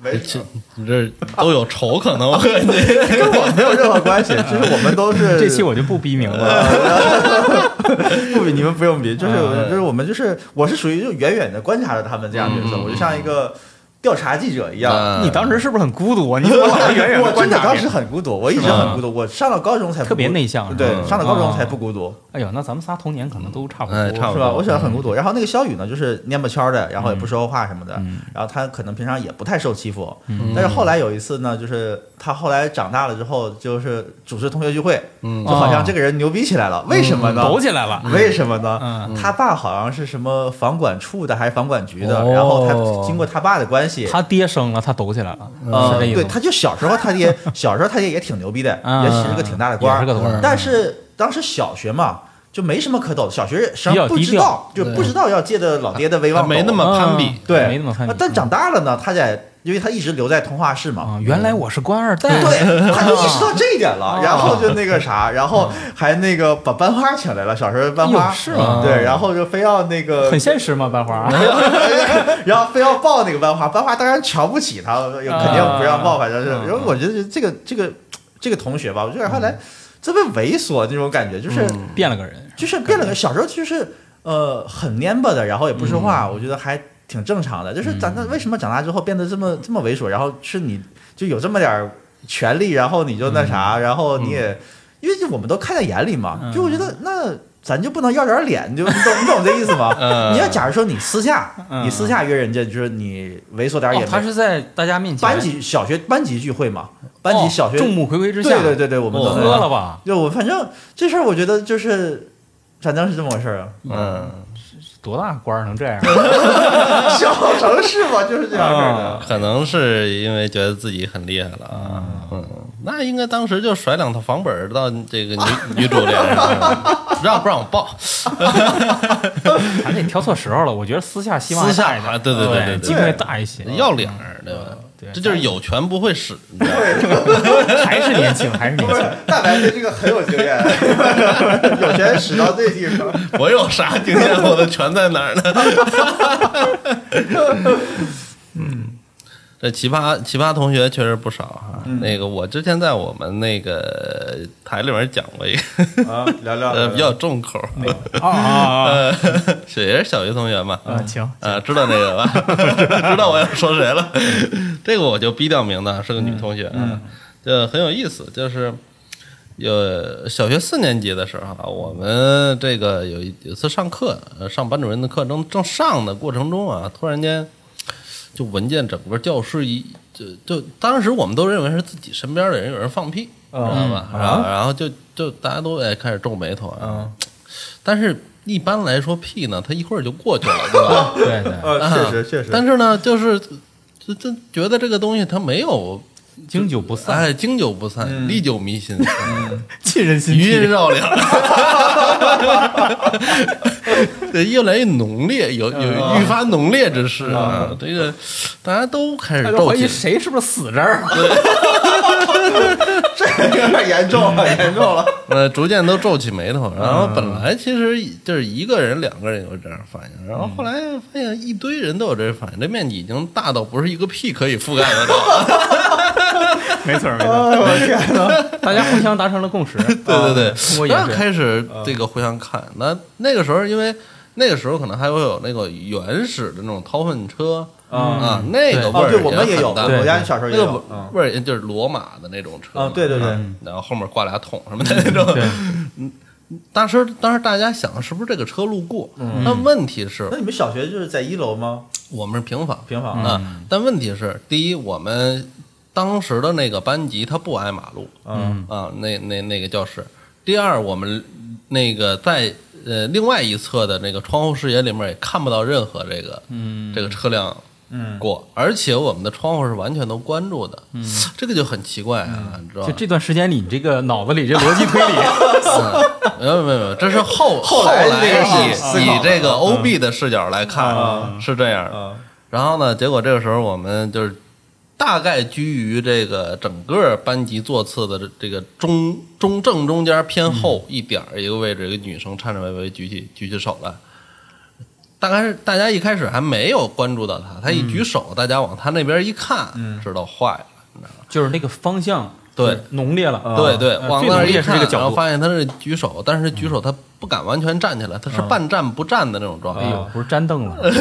[SPEAKER 1] 没事
[SPEAKER 3] 这你这都有仇，可能我感觉
[SPEAKER 1] 跟
[SPEAKER 3] <laughs>
[SPEAKER 1] 我 <laughs> 没有任何关系，就是我们都
[SPEAKER 3] 呃
[SPEAKER 1] 是
[SPEAKER 2] 啊 <laughs>
[SPEAKER 1] 呃
[SPEAKER 2] 这期我就不逼明白了。
[SPEAKER 1] <laughs> 不比你们不用比，就是
[SPEAKER 3] 嗯
[SPEAKER 2] 啊
[SPEAKER 1] 就是我们就是我是属于就远远的观察着他们这样角色，
[SPEAKER 3] 嗯
[SPEAKER 1] 我就像一个调查记者一样。
[SPEAKER 2] 你当时是不是很孤独啊？你怎么老啊是远
[SPEAKER 1] <laughs>
[SPEAKER 2] 远
[SPEAKER 1] 我
[SPEAKER 2] 地
[SPEAKER 1] 真
[SPEAKER 2] 观
[SPEAKER 1] 的
[SPEAKER 2] 察
[SPEAKER 1] 当
[SPEAKER 2] 别
[SPEAKER 1] 时
[SPEAKER 2] 人？
[SPEAKER 1] 很孤独，我一直很孤独。我上了高中才不孤
[SPEAKER 2] 特别内向是吧
[SPEAKER 1] 对，
[SPEAKER 3] 嗯
[SPEAKER 1] 上了高中才
[SPEAKER 2] 哦
[SPEAKER 1] 不孤独。
[SPEAKER 2] 哎呦，那咱们仨童年可能都差不
[SPEAKER 3] 哎
[SPEAKER 2] 多，
[SPEAKER 3] 差不
[SPEAKER 1] 是
[SPEAKER 3] 多
[SPEAKER 1] 吧？我喜欢很孤独。然后那个肖宇呢，就是蔫不悄的，然后也不说话什么的。
[SPEAKER 2] 嗯
[SPEAKER 1] 然后他可能平常也不太受欺负，
[SPEAKER 2] 嗯
[SPEAKER 1] 但是后来有一次呢，就是他后来长大了之后，就是主持同学聚会，
[SPEAKER 3] 嗯
[SPEAKER 1] 就好像
[SPEAKER 2] 哦
[SPEAKER 1] 这个人牛逼起来了，为什么呢？
[SPEAKER 2] 嗯抖起来了。
[SPEAKER 1] 为什么呢？
[SPEAKER 2] 嗯
[SPEAKER 1] 他爸好像是什么房管处的还是房管局的，
[SPEAKER 3] 哦
[SPEAKER 1] 然后他经过他爸的关系，
[SPEAKER 2] 他爹生了，他抖起来了，
[SPEAKER 1] 呃，
[SPEAKER 2] 是这意思
[SPEAKER 1] 对，
[SPEAKER 2] 吗？
[SPEAKER 1] 他就小时候他
[SPEAKER 2] <laughs>
[SPEAKER 1] 爹，小时候他爹也挺牛逼的，
[SPEAKER 2] 嗯
[SPEAKER 1] 也是个挺大的官儿，
[SPEAKER 2] 也是个官儿嗯
[SPEAKER 1] 但是当时小学嘛，就没什么可抖的，小学生
[SPEAKER 2] 比较
[SPEAKER 1] 不
[SPEAKER 2] 低
[SPEAKER 1] 知
[SPEAKER 2] 调啊
[SPEAKER 1] 道，就不知道要借着老爹的威望
[SPEAKER 3] 还
[SPEAKER 1] 抖，
[SPEAKER 3] 没那么攀比
[SPEAKER 2] 嗯
[SPEAKER 1] 对，
[SPEAKER 2] 没那么攀比
[SPEAKER 1] 啊。但长大了呢，他在，因为他一直留在通化市嘛，
[SPEAKER 2] 啊，原来我是官二代。
[SPEAKER 1] 对，他就意识到这一点了
[SPEAKER 2] 哦，
[SPEAKER 1] 然后就那个
[SPEAKER 2] <laughs>
[SPEAKER 1] 啥，然后还那个把班花请来了，小时候班
[SPEAKER 2] 哎
[SPEAKER 1] 花
[SPEAKER 2] 呦是吗
[SPEAKER 1] 对，然后就非要那个
[SPEAKER 2] 很现实嘛，班花。
[SPEAKER 1] 嗯 <laughs> 然后非要抱那个班花，班花当然瞧不起他，肯定不让抱，反正是。然后我觉得这个这个这个同学吧，我觉得后来特别猥琐那种感觉，就是
[SPEAKER 2] 变了个人，
[SPEAKER 1] 就是变了个小时候就是呃很蔫巴的，然后也不说
[SPEAKER 2] 嗯
[SPEAKER 1] 话，我觉得还挺正常的。就是长大为什么长大之后变得这么这么猥琐？然后是你就有这么点儿权利，然后你就那
[SPEAKER 2] 嗯
[SPEAKER 1] 啥，然后你也因为我们都看在眼里嘛，就我觉得那。咱就不能要点儿脸，你就你懂你懂这意思
[SPEAKER 2] <laughs>
[SPEAKER 1] 吗？
[SPEAKER 3] 嗯
[SPEAKER 1] 你要假如说你私下，
[SPEAKER 2] 嗯
[SPEAKER 1] 你私下约人家，就是你猥琐点儿也没、，
[SPEAKER 2] 哦他是在大家面前
[SPEAKER 1] 班级小学班级聚会嘛，班级
[SPEAKER 2] 哦
[SPEAKER 1] 小学、
[SPEAKER 2] 众目睽睽之
[SPEAKER 1] 对
[SPEAKER 2] 下，
[SPEAKER 1] 对对对，我们
[SPEAKER 2] 我
[SPEAKER 1] 都
[SPEAKER 2] 喝
[SPEAKER 1] 那样
[SPEAKER 2] 了吧？
[SPEAKER 1] 就我反正这事儿，我觉得就是，反正是这么回事儿啊。
[SPEAKER 3] 嗯，
[SPEAKER 2] 多大官儿能这样？
[SPEAKER 1] <laughs>
[SPEAKER 2] <laughs>
[SPEAKER 1] 小城市嘛，就是这样式儿的。
[SPEAKER 3] 可能是因为觉得自己很厉害了啊。嗯，那应该当时就甩两套房本儿到这个女 <laughs> 女主脸上，让不让我抱？
[SPEAKER 2] 咱这挑错时候了，我觉得私下希望
[SPEAKER 3] 私下啊
[SPEAKER 2] 还大一点
[SPEAKER 3] 对对对对对
[SPEAKER 2] 机会大一些，
[SPEAKER 3] 要脸儿，对吧？
[SPEAKER 2] 对
[SPEAKER 3] 这就是有权不会使，你知道吗
[SPEAKER 2] 还是年 <laughs> 轻，还是年
[SPEAKER 1] 不是
[SPEAKER 2] 轻。，
[SPEAKER 1] 大白对这个很有经验，有钱使到这地方。
[SPEAKER 3] <laughs> 我有啥经验？我的权在哪
[SPEAKER 2] <laughs>
[SPEAKER 3] 儿呢？嗯，嗯这奇葩奇葩同学确实不少哈、
[SPEAKER 2] 嗯
[SPEAKER 3] 那个我之前在我们那个台里面讲过一个，
[SPEAKER 1] 啊，聊聊
[SPEAKER 3] 呃，比较重口儿，
[SPEAKER 2] 啊啊
[SPEAKER 3] <laughs> 呃，是也是小学同学嘛。
[SPEAKER 2] 啊！行，
[SPEAKER 3] 啊，知道那个吧？ <laughs> 知道我要说谁了？这个我就逼掉名字，是个女同学，啊，就很有意思。就是有小学四年级的时候啊，我们这个有一有一次上课，呃上班主任的课，正正上的过程中啊，突然间就闻见整个教室一就就当时我们都认为是自己身边的人有人放屁，知道吧？然后然后就就大家都哎开始皱眉头啊，
[SPEAKER 1] 呃
[SPEAKER 3] 但是。一般来说，屁呢，它一会儿就过去了，对吧？
[SPEAKER 2] 对对，
[SPEAKER 1] 呃， <laughs> 确实确实，
[SPEAKER 3] 嗯啊但是呢，就是这这觉得这个东西它没有，
[SPEAKER 2] 经久不
[SPEAKER 3] <laughs>
[SPEAKER 2] 散，
[SPEAKER 3] 哎，经久不散，历久弥 <laughs> 新，
[SPEAKER 2] 沁人心
[SPEAKER 3] 余音
[SPEAKER 2] 脾。
[SPEAKER 3] 绕 <laughs> 梁，对，越来越浓烈，有有愈发浓烈之势啊！哎这个大家都开始
[SPEAKER 2] 他就
[SPEAKER 3] 皱
[SPEAKER 2] 怀疑
[SPEAKER 3] 紧，
[SPEAKER 2] 谁是不是死这儿啊了？
[SPEAKER 1] 这个有点严重
[SPEAKER 3] <laughs>
[SPEAKER 1] 了，严重了。
[SPEAKER 3] 呃，逐渐都皱起眉头。然后本来其实就是一个人、两个人有这样反应，然后后来发现一堆人都有这反应，这面积已经大到不是一个屁可以覆盖得了。
[SPEAKER 2] 没错没
[SPEAKER 1] 哎，
[SPEAKER 2] 错，
[SPEAKER 1] 我天哪！
[SPEAKER 2] 大家互相达成了共识。
[SPEAKER 3] <laughs> 对对
[SPEAKER 2] 啊通
[SPEAKER 3] 对，
[SPEAKER 2] 过啊
[SPEAKER 3] 然
[SPEAKER 2] 演
[SPEAKER 3] 后
[SPEAKER 2] 示，
[SPEAKER 3] 开始这个互相看。那那个时候，因为那个时候可能还会有那个原始的那种掏粪车啊，
[SPEAKER 2] 嗯
[SPEAKER 3] 那个味
[SPEAKER 1] 哦，
[SPEAKER 3] 儿
[SPEAKER 1] 对，我们也有，
[SPEAKER 3] 很淡
[SPEAKER 1] 我家小时候也
[SPEAKER 3] 那个
[SPEAKER 1] 有
[SPEAKER 3] 味。
[SPEAKER 1] 嗯
[SPEAKER 3] 味儿就是罗马的那种车
[SPEAKER 1] 啊对对对
[SPEAKER 3] 啊然后后面挂俩桶什么的那种。
[SPEAKER 2] 对，
[SPEAKER 3] 当时当时大家想是不是这个车路过？
[SPEAKER 1] 嗯
[SPEAKER 3] 那问题是
[SPEAKER 1] 那你们小学就是在一楼吗？
[SPEAKER 3] 我们是平房
[SPEAKER 1] 平
[SPEAKER 2] 嗯
[SPEAKER 1] 房
[SPEAKER 3] 啊，但问题是第一我们当时的那个班级它不挨马路，
[SPEAKER 1] 嗯
[SPEAKER 3] 啊，那那那个教室。第二，我们那个在呃另外一侧的那个窗户视野里面也看不到任何这个
[SPEAKER 2] 嗯
[SPEAKER 3] 这个车辆
[SPEAKER 1] 嗯
[SPEAKER 3] 过，而且我们的窗户是完全都关住的，这个就很奇怪
[SPEAKER 1] 嗯
[SPEAKER 3] 啊，你知道
[SPEAKER 2] 就
[SPEAKER 3] 吗？
[SPEAKER 2] 这段时间里，你这个脑子里这逻辑推
[SPEAKER 3] <laughs>
[SPEAKER 2] 理，
[SPEAKER 3] 嗯没有没有，没有，这是后
[SPEAKER 1] 后来
[SPEAKER 3] 来
[SPEAKER 1] 这个
[SPEAKER 3] 以
[SPEAKER 1] 思考的
[SPEAKER 3] 以这个 OB 的视角来
[SPEAKER 1] 嗯
[SPEAKER 3] 看是这样的。
[SPEAKER 1] 啊 <laughs>
[SPEAKER 3] 然后呢，结果这个时候我们就是大概居于这个整个班级座次的这这个中中正中间偏后一点儿一个位置，一个女生颤颤巍巍举起举起手来。大概是大家一开始还没有关注到她，她一举手，大家往她那边一看，
[SPEAKER 2] 嗯
[SPEAKER 3] 知道坏了。
[SPEAKER 2] 就是那个方向
[SPEAKER 3] 对
[SPEAKER 2] 浓烈了，
[SPEAKER 3] 对对，
[SPEAKER 2] 呃
[SPEAKER 3] 往
[SPEAKER 2] 最
[SPEAKER 3] 那儿
[SPEAKER 2] 浓
[SPEAKER 3] 一
[SPEAKER 2] 烈是
[SPEAKER 3] 看，
[SPEAKER 2] 这个
[SPEAKER 3] 然
[SPEAKER 2] 角
[SPEAKER 3] 后
[SPEAKER 2] 度，嗯
[SPEAKER 3] 发现他是举手，但是举手他不敢完全站起来，他
[SPEAKER 2] 啊
[SPEAKER 3] 是半站不站的那种状态
[SPEAKER 2] 哎。呦，不是粘凳
[SPEAKER 3] 啊
[SPEAKER 2] 了，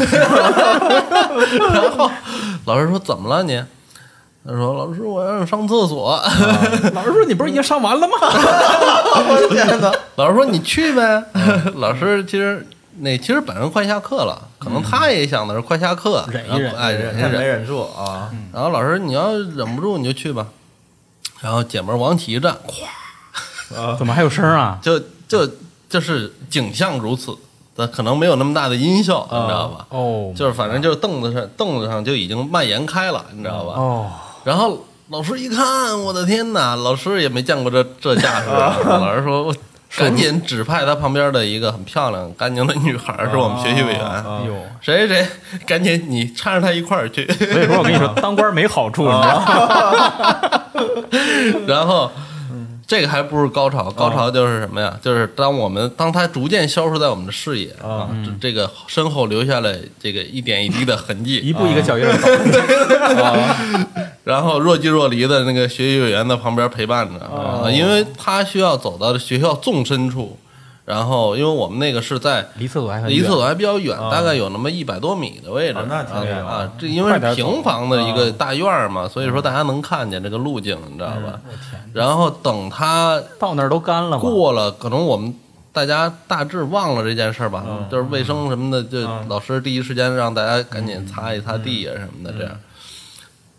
[SPEAKER 3] 然后 <laughs> 老师说：“怎么了你？”他说：“老师，我要上厕所。
[SPEAKER 2] 老师说你不是已经上完了吗？
[SPEAKER 1] 我的天哪！”
[SPEAKER 3] 老师说：“你去呗。”
[SPEAKER 2] 嗯
[SPEAKER 3] <laughs> 老师其实那其实本身快下课了，可能他也想的是快下课，
[SPEAKER 2] 忍一
[SPEAKER 3] 然后
[SPEAKER 2] 忍
[SPEAKER 3] <laughs> 哎，忍一
[SPEAKER 1] 他没
[SPEAKER 3] 忍。
[SPEAKER 1] 忍住啊，
[SPEAKER 3] 然后老师你要忍不住你就去吧。然后姐们儿往起一站，咵，
[SPEAKER 2] <laughs> 怎么还有声儿啊？
[SPEAKER 3] 就就就是景象如此，但可能没有那么大的音效，你知道吧？
[SPEAKER 2] 哦，
[SPEAKER 3] 就是反正就是凳子上凳子上就已经蔓延开了，你知道吧？
[SPEAKER 2] 哦，
[SPEAKER 3] 然后老师一看，我的天哪！老师也没见过这这架势。老师说，我赶紧指派他旁边的一个很漂亮、干净的女孩儿，是我们学习委员。
[SPEAKER 2] 哎呦，
[SPEAKER 3] 谁谁谁，赶紧你搀着她一块儿去。
[SPEAKER 2] 所以说我跟你
[SPEAKER 3] <laughs>
[SPEAKER 2] 说，当官没好处，你知道
[SPEAKER 3] 啊
[SPEAKER 2] 吗？
[SPEAKER 3] 然后，这个还不是高潮，高潮就是什么呀？就是当我们当他逐渐消失在我们的视野啊，这这个身后留下了这个一点一滴的痕迹，
[SPEAKER 2] 一步一个脚印儿
[SPEAKER 3] 啊
[SPEAKER 2] 走，
[SPEAKER 3] 然后若即若离的那个学习委员在旁边陪伴着，
[SPEAKER 2] 哦
[SPEAKER 3] 啊因为他需要走到学校纵深处，然后因为我们那个是在
[SPEAKER 2] 离厕所还很
[SPEAKER 3] 离
[SPEAKER 2] 远哦
[SPEAKER 3] 厕所还比较远，大概有那么一百多米的位置
[SPEAKER 1] 哦，那挺远
[SPEAKER 3] 啊
[SPEAKER 1] 的
[SPEAKER 3] 啊，这因为
[SPEAKER 2] 快点
[SPEAKER 3] 是
[SPEAKER 2] 走嗯
[SPEAKER 3] 平房的一个大院儿嘛，所以说大家能看见这个路径，你知道
[SPEAKER 2] 嗯
[SPEAKER 3] 吧？然后等他
[SPEAKER 2] 到那儿都干了嘛，
[SPEAKER 3] 过了，可能我们大家大致忘了这件事儿吧，
[SPEAKER 1] 嗯
[SPEAKER 3] 就是卫生什么的，就老师第一时间让大家赶紧擦一擦地啊什么的，这样、
[SPEAKER 1] 嗯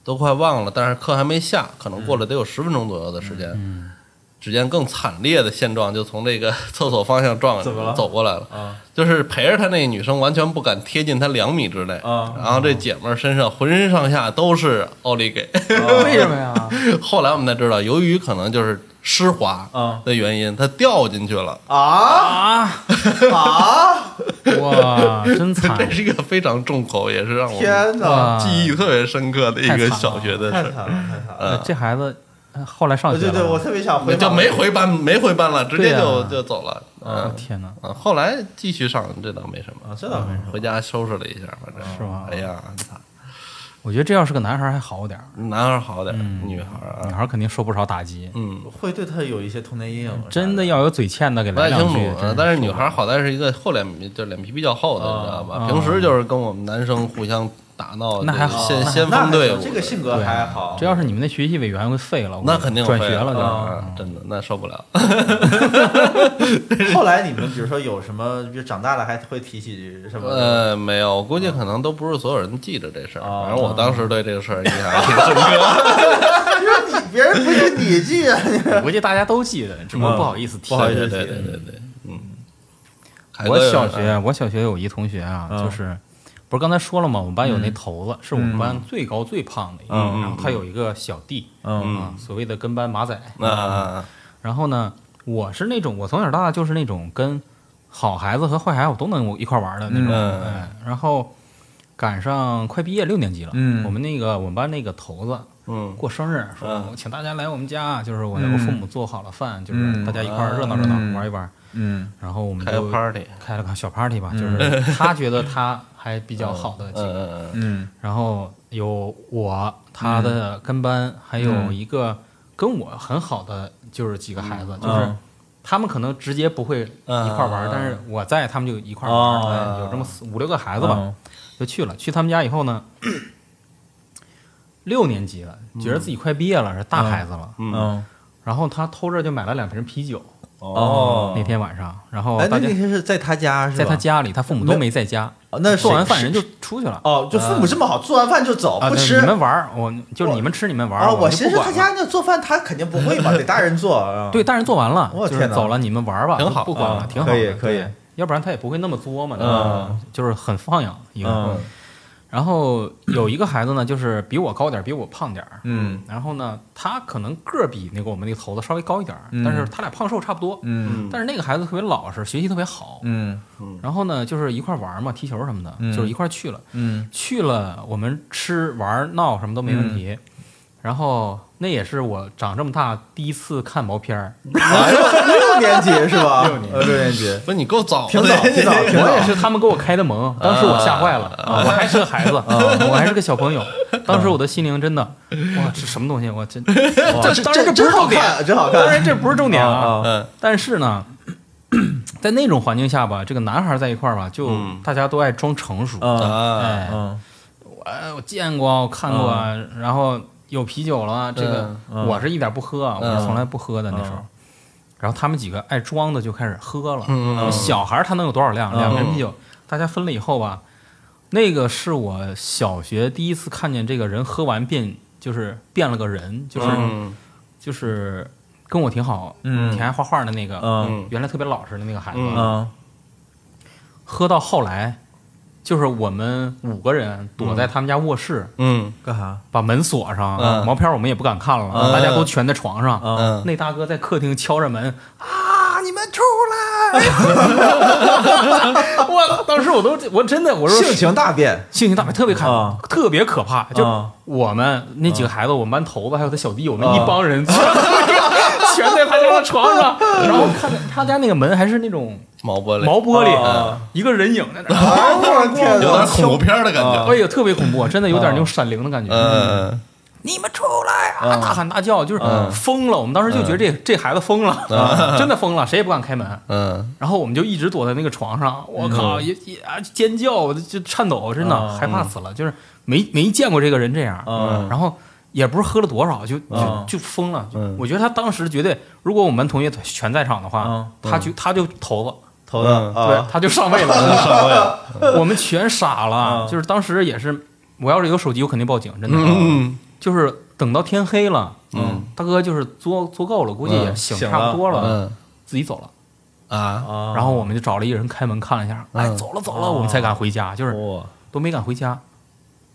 [SPEAKER 3] 都快忘了。但是课还没下，可能过了得有十分钟左右的时间，
[SPEAKER 1] 嗯
[SPEAKER 3] 只见更惨烈的现状就从这个 <laughs> 厕所方向撞
[SPEAKER 1] 怎么了
[SPEAKER 3] 走过来了，
[SPEAKER 1] 啊
[SPEAKER 3] 就是陪着他那女生完全不敢贴近他两米之内，
[SPEAKER 1] 啊
[SPEAKER 3] 然后这姐们儿身上浑身上下都是奥利
[SPEAKER 2] <laughs>
[SPEAKER 3] 给。<laughs>
[SPEAKER 2] 为什么呀？
[SPEAKER 3] 后来我们才知道，由于可能就是湿滑
[SPEAKER 1] 啊
[SPEAKER 3] 的原因，他掉进去了。
[SPEAKER 1] 啊
[SPEAKER 2] 啊，
[SPEAKER 3] <laughs>
[SPEAKER 1] 啊！
[SPEAKER 2] 哇，真惨
[SPEAKER 3] 这！是一个非常重口，也是让我们
[SPEAKER 1] 天哪！
[SPEAKER 2] 哇
[SPEAKER 3] 记忆特别深刻的一个小学的
[SPEAKER 1] 太
[SPEAKER 3] 事
[SPEAKER 1] 惨了，太惨了！
[SPEAKER 3] 儿。
[SPEAKER 2] 哎这孩子哎后来上
[SPEAKER 1] 对
[SPEAKER 2] 学
[SPEAKER 1] 对对，我
[SPEAKER 2] 了吗，
[SPEAKER 1] 特别想回
[SPEAKER 3] 嗯，就啊没回班，没回班了，直接就
[SPEAKER 2] 对啊
[SPEAKER 3] 就走了。
[SPEAKER 2] 我
[SPEAKER 3] 嗯，
[SPEAKER 2] 哦天哪！
[SPEAKER 3] 嗯后来继续上，这倒没什么。
[SPEAKER 1] 啊，这倒没什么。
[SPEAKER 3] 回家收拾了一下，反正
[SPEAKER 2] 是吗
[SPEAKER 3] 哎呀，操
[SPEAKER 2] 我觉得这要是个男孩儿还好点儿，
[SPEAKER 3] 男孩好点儿，
[SPEAKER 2] 嗯
[SPEAKER 3] 女孩
[SPEAKER 2] 女
[SPEAKER 3] 啊，
[SPEAKER 2] 孩儿肯定受不少打击。
[SPEAKER 3] 嗯，
[SPEAKER 1] 会对他有一些童年阴影，
[SPEAKER 2] 真的要有嘴欠的给
[SPEAKER 3] 不
[SPEAKER 2] 来
[SPEAKER 3] 太
[SPEAKER 2] 两
[SPEAKER 3] 清
[SPEAKER 2] 句
[SPEAKER 3] 楚。，
[SPEAKER 2] 真
[SPEAKER 3] 嗯但是女孩好在是一个厚脸皮，就脸皮比较厚的，
[SPEAKER 1] 啊
[SPEAKER 3] 你知道吧？
[SPEAKER 2] 啊
[SPEAKER 3] 平时就是跟我们男生互相打闹，
[SPEAKER 2] 那还好
[SPEAKER 3] 先
[SPEAKER 2] 那还
[SPEAKER 3] 先
[SPEAKER 1] 哦那
[SPEAKER 3] 锋
[SPEAKER 1] 还
[SPEAKER 3] 队
[SPEAKER 1] 行
[SPEAKER 3] 伍，
[SPEAKER 1] 这个性格
[SPEAKER 2] 啊
[SPEAKER 1] 还好。
[SPEAKER 2] 这要是你们那学习委员会废了，我
[SPEAKER 3] 那肯定
[SPEAKER 2] 转
[SPEAKER 3] 会
[SPEAKER 2] 学了就。
[SPEAKER 3] 啊真的那受不了。
[SPEAKER 1] <laughs> 后来你们比如说有什么，比如长大了还会提起什么？ <laughs>
[SPEAKER 3] 呃，没有，我估计可能都不是所有人记着这事儿。
[SPEAKER 1] 哦
[SPEAKER 3] 反正我当时对这个事儿印象还挺深刻，
[SPEAKER 1] 你说你别人不是你记啊，你
[SPEAKER 2] 我估计大家都记得，只不
[SPEAKER 3] 嗯
[SPEAKER 2] 过不好意思提。
[SPEAKER 1] 不好意思
[SPEAKER 3] 对对对对对对，嗯。凯
[SPEAKER 2] 我
[SPEAKER 3] 哥有啊
[SPEAKER 2] 小
[SPEAKER 3] 点儿
[SPEAKER 2] 学，我小学有一同学啊，
[SPEAKER 1] 嗯
[SPEAKER 2] 就是不是刚才说了吗？我们班有那头子，是我们班最高最胖的一个，
[SPEAKER 1] 嗯
[SPEAKER 3] 嗯
[SPEAKER 2] 然后他有一个小弟，
[SPEAKER 1] 嗯
[SPEAKER 2] 啊，所谓的跟班马仔。
[SPEAKER 3] 啊，
[SPEAKER 2] 然后呢，我是那种我从小到大就是那种跟好孩子和坏孩子我都能一块玩的那种，
[SPEAKER 3] 嗯
[SPEAKER 2] 哎，然后赶上快毕业六年级了，
[SPEAKER 1] 嗯
[SPEAKER 2] 我们那个我们班那个头子
[SPEAKER 3] 嗯
[SPEAKER 2] 过生日，说
[SPEAKER 3] 嗯
[SPEAKER 2] 请大家来我们家，啊就是我
[SPEAKER 1] 嗯
[SPEAKER 2] 我父母做好了饭，就
[SPEAKER 1] 嗯
[SPEAKER 2] 是大家一块儿热闹热闹
[SPEAKER 1] 嗯
[SPEAKER 2] 玩一玩，
[SPEAKER 1] 嗯
[SPEAKER 2] 然后我们
[SPEAKER 3] 开个
[SPEAKER 2] 就
[SPEAKER 3] party，
[SPEAKER 2] 开了个小 party 吧，就是他觉得他还比较好的
[SPEAKER 3] <laughs> 嗯
[SPEAKER 2] 几个，
[SPEAKER 3] 嗯嗯
[SPEAKER 1] 嗯
[SPEAKER 2] 然后有我他的跟班，还有
[SPEAKER 3] 嗯
[SPEAKER 2] 一个跟我很好的就是几个孩子，就是
[SPEAKER 1] 嗯
[SPEAKER 2] 他们可能直接不会一块儿玩儿，
[SPEAKER 3] 嗯
[SPEAKER 2] 但是我在他们就一块儿玩儿，
[SPEAKER 1] 哦
[SPEAKER 2] 哎有这么四五六个孩子吧，
[SPEAKER 1] 嗯
[SPEAKER 2] 就去了。去他们家以后呢， <clears throat> 六年级了，觉得自己快毕业了，是大孩子了，
[SPEAKER 3] 嗯，
[SPEAKER 1] 嗯
[SPEAKER 2] 然后他偷着就买了两瓶啤酒，
[SPEAKER 3] 哦
[SPEAKER 1] 哦，
[SPEAKER 2] 那天晚上，然后
[SPEAKER 1] 哎，那
[SPEAKER 2] 大家
[SPEAKER 1] 那天是在他家是吧？
[SPEAKER 2] 在他家里，他父母都没在家，
[SPEAKER 1] 哦那
[SPEAKER 2] 做完
[SPEAKER 1] 谁
[SPEAKER 2] 饭人就
[SPEAKER 1] 谁
[SPEAKER 2] 出去了。
[SPEAKER 1] 哦，就父母这么好，做完饭就走，
[SPEAKER 2] 啊，
[SPEAKER 1] 哦不
[SPEAKER 2] 对
[SPEAKER 1] 吃
[SPEAKER 2] 你们玩儿，我就是
[SPEAKER 1] 我
[SPEAKER 2] 你们吃，你们玩儿。
[SPEAKER 1] 啊！
[SPEAKER 2] 我
[SPEAKER 1] 我
[SPEAKER 2] 就
[SPEAKER 1] 寻思
[SPEAKER 2] 不管
[SPEAKER 1] 他
[SPEAKER 2] 了
[SPEAKER 1] 家那做饭他肯定不
[SPEAKER 2] <laughs>
[SPEAKER 1] 会嘛，得大人做啊。
[SPEAKER 2] 对，大人做完了，
[SPEAKER 1] 我
[SPEAKER 2] 就是
[SPEAKER 1] 天哪
[SPEAKER 2] 走了，你们玩儿吧，
[SPEAKER 3] 挺好
[SPEAKER 2] 不管了，
[SPEAKER 3] 啊
[SPEAKER 2] 挺好的，
[SPEAKER 1] 可以可以
[SPEAKER 2] 对要不然他也不会那么作嘛，
[SPEAKER 1] 嗯
[SPEAKER 2] 就是很放养一个。
[SPEAKER 1] 嗯
[SPEAKER 2] 然后有一个孩子呢，就是比我高点儿，比我胖点儿，
[SPEAKER 1] 嗯，
[SPEAKER 2] 然后呢，他可能个儿比那个我们那个头子稍微高一点儿，
[SPEAKER 1] 嗯
[SPEAKER 2] 但是他俩胖瘦差不多，
[SPEAKER 1] 嗯
[SPEAKER 2] 但是那个孩子特别老实，学习特别好，
[SPEAKER 1] 嗯
[SPEAKER 2] 然后呢，就是一块儿玩儿嘛，踢球什么的，
[SPEAKER 1] 嗯
[SPEAKER 2] 就是一块儿去了。
[SPEAKER 1] 嗯
[SPEAKER 2] 去了，我们吃玩儿闹什么都没问题。然后那也是我长这么大第一次看毛片儿，
[SPEAKER 1] 哎呦 <laughs> 六年级是吧？六年六年级，
[SPEAKER 3] 不是你够早的，
[SPEAKER 1] 挺早挺早挺
[SPEAKER 2] 我也
[SPEAKER 1] 早。
[SPEAKER 2] 是他们给我开的蒙，当时我吓坏了啊！我还是个孩子啊，我还是个小朋友，当时我的心灵真的，哇，这什么东西？我真，这当
[SPEAKER 1] 这
[SPEAKER 2] 然这不是
[SPEAKER 1] 真好
[SPEAKER 2] 重点，
[SPEAKER 1] 看，真好
[SPEAKER 2] 当
[SPEAKER 1] 看。
[SPEAKER 2] 然这不是重点啊。
[SPEAKER 1] 啊
[SPEAKER 3] 嗯，
[SPEAKER 2] 但是呢， <clears throat> 在那种环境下吧，这个男孩儿在一块儿吧，就
[SPEAKER 3] 嗯
[SPEAKER 2] 大家都爱装成熟，
[SPEAKER 1] 啊
[SPEAKER 3] 啊，
[SPEAKER 2] 哎，
[SPEAKER 1] 嗯
[SPEAKER 2] 哎，我见过，我看过，啊然后有啤酒了，啊这个
[SPEAKER 1] 嗯
[SPEAKER 2] 我是一点不喝，啊我是从来不喝的那时候。然后他们几个爱装的就开始喝了，
[SPEAKER 3] 嗯
[SPEAKER 2] 那小孩儿他能有多少量？
[SPEAKER 1] 嗯
[SPEAKER 2] 两瓶啤酒，大家分了以后吧，那个是我小学第一次看见这个人喝完变就是变了个人，就是、
[SPEAKER 3] 嗯
[SPEAKER 2] 就是跟我挺好，
[SPEAKER 1] 嗯
[SPEAKER 2] 挺爱画画的那个，
[SPEAKER 1] 嗯
[SPEAKER 3] 嗯
[SPEAKER 2] 原来特别老实的那个孩子，
[SPEAKER 3] 嗯
[SPEAKER 1] 嗯
[SPEAKER 2] 喝到后来，就是我们五个人躲在他们家卧室。
[SPEAKER 3] 嗯
[SPEAKER 1] 干啥？
[SPEAKER 2] 把门锁上，
[SPEAKER 3] 嗯
[SPEAKER 2] 毛片我们也不敢看了，
[SPEAKER 3] 嗯
[SPEAKER 2] 大家都蜷在床上。
[SPEAKER 3] 嗯
[SPEAKER 2] 那大哥在客厅敲着门 <laughs> 啊！你们出来！我当时我都我真的我说
[SPEAKER 1] 性情大
[SPEAKER 2] <laughs>
[SPEAKER 1] 变，
[SPEAKER 2] 性情大变，特别可、
[SPEAKER 3] 嗯
[SPEAKER 1] 啊
[SPEAKER 2] 特别可怕。就
[SPEAKER 1] 啊
[SPEAKER 2] 我们那几个孩子，我们班头子还有他小弟，我们
[SPEAKER 3] 嗯
[SPEAKER 1] 啊
[SPEAKER 2] 一帮人 <laughs> 全全在他家的床上，
[SPEAKER 3] 嗯
[SPEAKER 2] 然后看着他家那个门还是那种
[SPEAKER 3] 毛玻璃，
[SPEAKER 2] 毛玻璃，
[SPEAKER 3] 嗯
[SPEAKER 1] 啊
[SPEAKER 2] 一个人影在那儿，
[SPEAKER 1] 哎我天
[SPEAKER 3] 有点恐怖片的感觉，
[SPEAKER 2] 哎呀，特别恐怖，真的有点那种闪灵的感觉。
[SPEAKER 3] 嗯
[SPEAKER 2] 你们出来
[SPEAKER 1] 嗯
[SPEAKER 2] 啊！大喊大叫，就是疯了。我们当时就觉得这这孩子疯
[SPEAKER 1] 嗯
[SPEAKER 2] 了， <laughs> 真的疯了，谁也不敢开门。
[SPEAKER 3] 嗯
[SPEAKER 2] 然后我们就一直躲在那个床上，
[SPEAKER 1] 嗯
[SPEAKER 2] 我靠，也也啊尖叫，我就就颤抖，真的
[SPEAKER 1] 嗯
[SPEAKER 2] 害怕死了，就是没没见过这个人这样。
[SPEAKER 1] 嗯
[SPEAKER 2] 然后也不是喝了多少，就就
[SPEAKER 1] 嗯
[SPEAKER 2] 就疯了
[SPEAKER 3] 嗯。
[SPEAKER 2] 我觉得他当时绝对，如果我们同学全在场的话
[SPEAKER 1] 嗯，
[SPEAKER 2] 他就他就头子，
[SPEAKER 1] 头子
[SPEAKER 2] 嗯
[SPEAKER 1] <laughs>
[SPEAKER 2] 对
[SPEAKER 1] 啊，
[SPEAKER 2] 他就上位了，上位 <laughs> 了，我们全傻
[SPEAKER 1] 嗯
[SPEAKER 2] 了。就是当时也是，我要是有手机，我肯定报警，真的。
[SPEAKER 3] 嗯
[SPEAKER 2] 就是等到天黑了，
[SPEAKER 3] 嗯，
[SPEAKER 2] 大哥就是作作够了，估计也
[SPEAKER 3] 嗯
[SPEAKER 2] 醒
[SPEAKER 1] 醒
[SPEAKER 2] 差不多了，
[SPEAKER 3] 嗯
[SPEAKER 2] 自己走了。
[SPEAKER 3] 啊，
[SPEAKER 2] 然后我们就找了一个人开门看了一下，哎，
[SPEAKER 3] 嗯
[SPEAKER 2] 走了走了，我们才敢回家，就是
[SPEAKER 3] 哦
[SPEAKER 1] 我
[SPEAKER 2] 都没敢回家，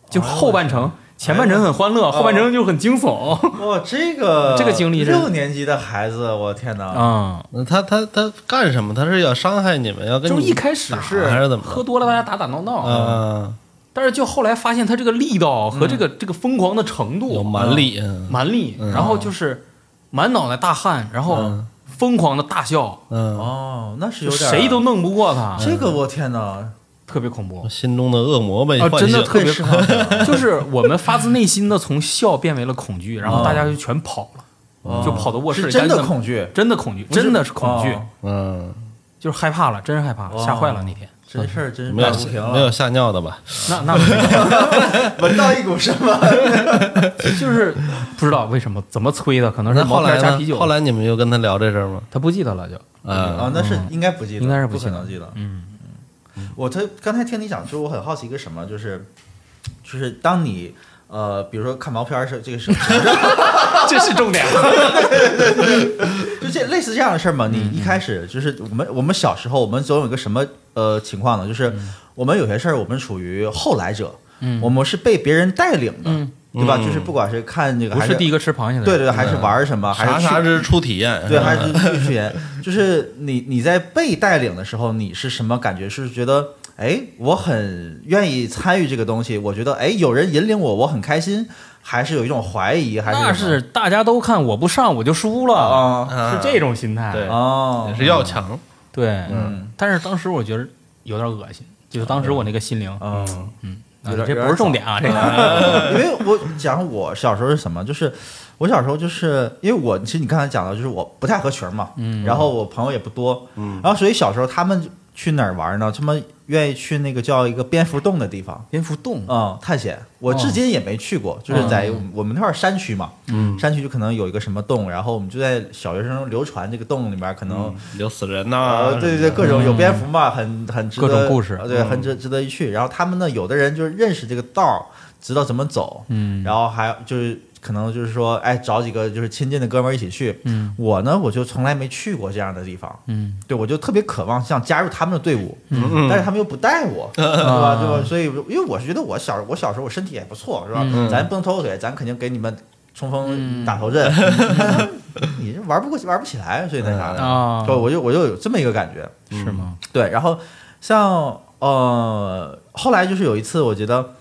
[SPEAKER 2] 就是后半
[SPEAKER 3] 哎
[SPEAKER 2] 程。前半程很欢
[SPEAKER 3] 哦
[SPEAKER 2] 乐，后半程就很惊悚。嗯
[SPEAKER 1] 哇，这个
[SPEAKER 2] <laughs> 这个经历是
[SPEAKER 1] 六年级的孩子，我天哪！
[SPEAKER 2] 嗯，
[SPEAKER 3] 那他他他干什么？他是要伤害你们，要跟
[SPEAKER 2] 就是
[SPEAKER 3] 你
[SPEAKER 2] 一开始
[SPEAKER 3] 打
[SPEAKER 2] 是
[SPEAKER 3] 还是怎么着
[SPEAKER 2] 喝多了，大家打打闹闹，
[SPEAKER 3] 啊，
[SPEAKER 2] 但是就后来发现他这个力道和这个这个疯狂的程
[SPEAKER 3] 嗯有
[SPEAKER 2] 度，
[SPEAKER 3] 蛮力，
[SPEAKER 2] 蛮力，
[SPEAKER 3] 嗯
[SPEAKER 2] 然后就是满脑袋大汗，然后
[SPEAKER 3] 嗯
[SPEAKER 2] 疯狂的大笑，
[SPEAKER 3] 嗯，
[SPEAKER 1] 哦，那是有点
[SPEAKER 2] 谁都弄不过他，
[SPEAKER 1] 这个，我天哪！
[SPEAKER 2] 特别恐怖。
[SPEAKER 3] 心中的恶魔被
[SPEAKER 2] 啊，
[SPEAKER 3] 唤
[SPEAKER 2] 真
[SPEAKER 3] 醒
[SPEAKER 2] 的，特别
[SPEAKER 1] 被
[SPEAKER 2] 恐怖，就是我们发自内心的从笑变为了恐惧，然后大家就全跑了，就跑到卧
[SPEAKER 1] 哦
[SPEAKER 2] 室
[SPEAKER 1] 是
[SPEAKER 2] 里，
[SPEAKER 1] 真
[SPEAKER 2] 赶
[SPEAKER 1] 的
[SPEAKER 2] 紧
[SPEAKER 1] 恐惧，
[SPEAKER 2] 真的恐惧，
[SPEAKER 1] 不是
[SPEAKER 2] 真的是恐惧
[SPEAKER 1] 哦，
[SPEAKER 3] 嗯，
[SPEAKER 2] 就是害怕了，真是害怕，
[SPEAKER 1] 哦
[SPEAKER 2] 吓坏了那天。
[SPEAKER 1] 这事儿真是
[SPEAKER 3] 没
[SPEAKER 1] 摆不啊平
[SPEAKER 3] 有没有
[SPEAKER 1] 了，
[SPEAKER 3] 吓尿的吧？
[SPEAKER 2] 那那没有
[SPEAKER 1] 闻到一股什么？
[SPEAKER 2] 就是不知道为什么怎么催的，可能是
[SPEAKER 3] 那
[SPEAKER 2] 毛
[SPEAKER 3] 后
[SPEAKER 2] 片
[SPEAKER 3] 来
[SPEAKER 2] 加啤
[SPEAKER 3] 呢？
[SPEAKER 2] 酒，
[SPEAKER 3] 后来你们又跟他聊这事儿吗？
[SPEAKER 2] 他不记得了就。
[SPEAKER 3] 啊，
[SPEAKER 1] 啊，那是应该不记得，
[SPEAKER 2] 嗯应该是不
[SPEAKER 1] 不
[SPEAKER 2] 记得
[SPEAKER 1] 可能记得。
[SPEAKER 2] 嗯
[SPEAKER 1] 我他刚才听你讲，就是我很好奇一个什么，就是就是当你呃，比如说看毛片儿是 <laughs> 这个事，
[SPEAKER 2] 这是重点。
[SPEAKER 1] 就这类似这样的事儿嘛。你
[SPEAKER 2] 嗯
[SPEAKER 1] 一开始就是我们我们小时候，我们总有一个什么呃情况呢？就是我们有些事儿我们属于后来者，
[SPEAKER 2] 嗯
[SPEAKER 1] 我们是被别人带领的，
[SPEAKER 2] 嗯，
[SPEAKER 1] 对吧？
[SPEAKER 3] 嗯
[SPEAKER 1] 就是不管是看这个
[SPEAKER 2] 不
[SPEAKER 1] 还
[SPEAKER 2] 是
[SPEAKER 1] 是
[SPEAKER 2] 第一个吃螃蟹的。
[SPEAKER 1] 对对，对，还是玩儿什么，还是
[SPEAKER 3] 啥
[SPEAKER 1] 去
[SPEAKER 3] 啥是初体验，
[SPEAKER 1] <laughs> 对，
[SPEAKER 3] 是吧
[SPEAKER 1] 还是去去年，就是你你在被带领的时候，你是什么感觉？是觉得哎，我很愿意参与这个东西，我觉得哎，有人引领我，我很开心，还是有一种怀疑，还
[SPEAKER 2] 那
[SPEAKER 1] 是什
[SPEAKER 2] 是大家都看我不上我就输了
[SPEAKER 1] 啊
[SPEAKER 2] 是这种心态。
[SPEAKER 3] 对
[SPEAKER 1] 么哦
[SPEAKER 3] 也，是要强，
[SPEAKER 2] 对，
[SPEAKER 1] 嗯，
[SPEAKER 2] 但是当时我觉得有点恶心，就是当时我那个心灵，
[SPEAKER 1] 嗯，
[SPEAKER 2] 啊
[SPEAKER 1] 有点
[SPEAKER 2] 这不是重点啊，这个，
[SPEAKER 1] <laughs> 因为我讲我小时候是什么，就是我小时候就是因为我其实你刚才讲到，就是我不太合群嘛，
[SPEAKER 2] 嗯
[SPEAKER 1] 嗯
[SPEAKER 3] 嗯
[SPEAKER 1] 然后我朋友也不多，然后所以小时候他们。去哪儿玩呢？他们愿意去那个叫一个蝙蝠洞的地方。
[SPEAKER 2] 蝙蝠洞
[SPEAKER 1] 嗯，探险，我
[SPEAKER 2] 哦
[SPEAKER 1] 至今也没去过，就是在
[SPEAKER 2] 嗯
[SPEAKER 1] 我们那块儿山区嘛，嗯，山区就可能有一个什么洞，然后我们就在小学生流传这个洞里面可
[SPEAKER 2] 嗯
[SPEAKER 1] 能、
[SPEAKER 3] 有死人
[SPEAKER 1] 呃
[SPEAKER 3] 呐，，
[SPEAKER 1] 对对对，各种有蝙蝠嘛，很很值得
[SPEAKER 2] 各种故事
[SPEAKER 1] 呃
[SPEAKER 2] 嗯
[SPEAKER 1] 对，很值值得一去。然后他们呢，有的人就是认识这个道儿，知道怎么走，嗯，然后还就是可能就是说，哎，找几个就是亲近的哥们儿一起去，嗯，我呢我就从来没去过这样的地方，
[SPEAKER 2] 嗯，
[SPEAKER 1] 对我就特别渴望想加入他们的队伍，嗯，但是他们又不带我， <laughs> 对吧？对吧？所以因为我是觉得我小我小时候我身体也不错，是吧？咱不能拖后腿，咱肯定给你们。冲锋打头阵， <laughs> 你这玩不过玩不起来，所以那啥的，
[SPEAKER 2] 啊
[SPEAKER 1] 对，我就我就有这么一个感觉。
[SPEAKER 2] 是吗？
[SPEAKER 1] 对，然后像呃，后来就是有一次，我觉得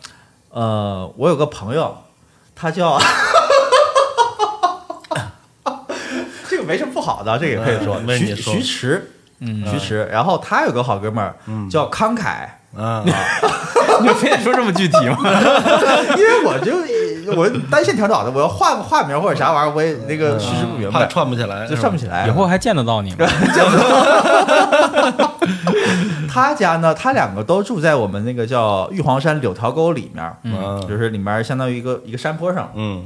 [SPEAKER 1] 呃，我有个朋友，他叫， <laughs> 这个没什么不好的，啊这个也可以说嗯
[SPEAKER 3] 嗯，没
[SPEAKER 1] 徐
[SPEAKER 3] 你说
[SPEAKER 1] 徐迟，徐迟，然后他有个好哥们儿叫慷慨，
[SPEAKER 3] 嗯啊，
[SPEAKER 2] 嗯 <laughs> 你非得说这么具体吗？
[SPEAKER 1] <laughs> 因为我就我单线条导的，我要换个化名或者啥玩意儿，我也那个徐迟不明
[SPEAKER 3] 怕
[SPEAKER 1] 白，
[SPEAKER 3] 串不起来，
[SPEAKER 1] 就上不起来
[SPEAKER 2] <laughs> 以。后还见得到你吗？
[SPEAKER 1] <laughs> 他家呢，他两个都住在我们那个叫玉皇山柳条沟里面儿，
[SPEAKER 3] 是吧，
[SPEAKER 1] 就
[SPEAKER 3] 嗯
[SPEAKER 1] 是里面儿相当于一个一个山坡上。
[SPEAKER 3] 嗯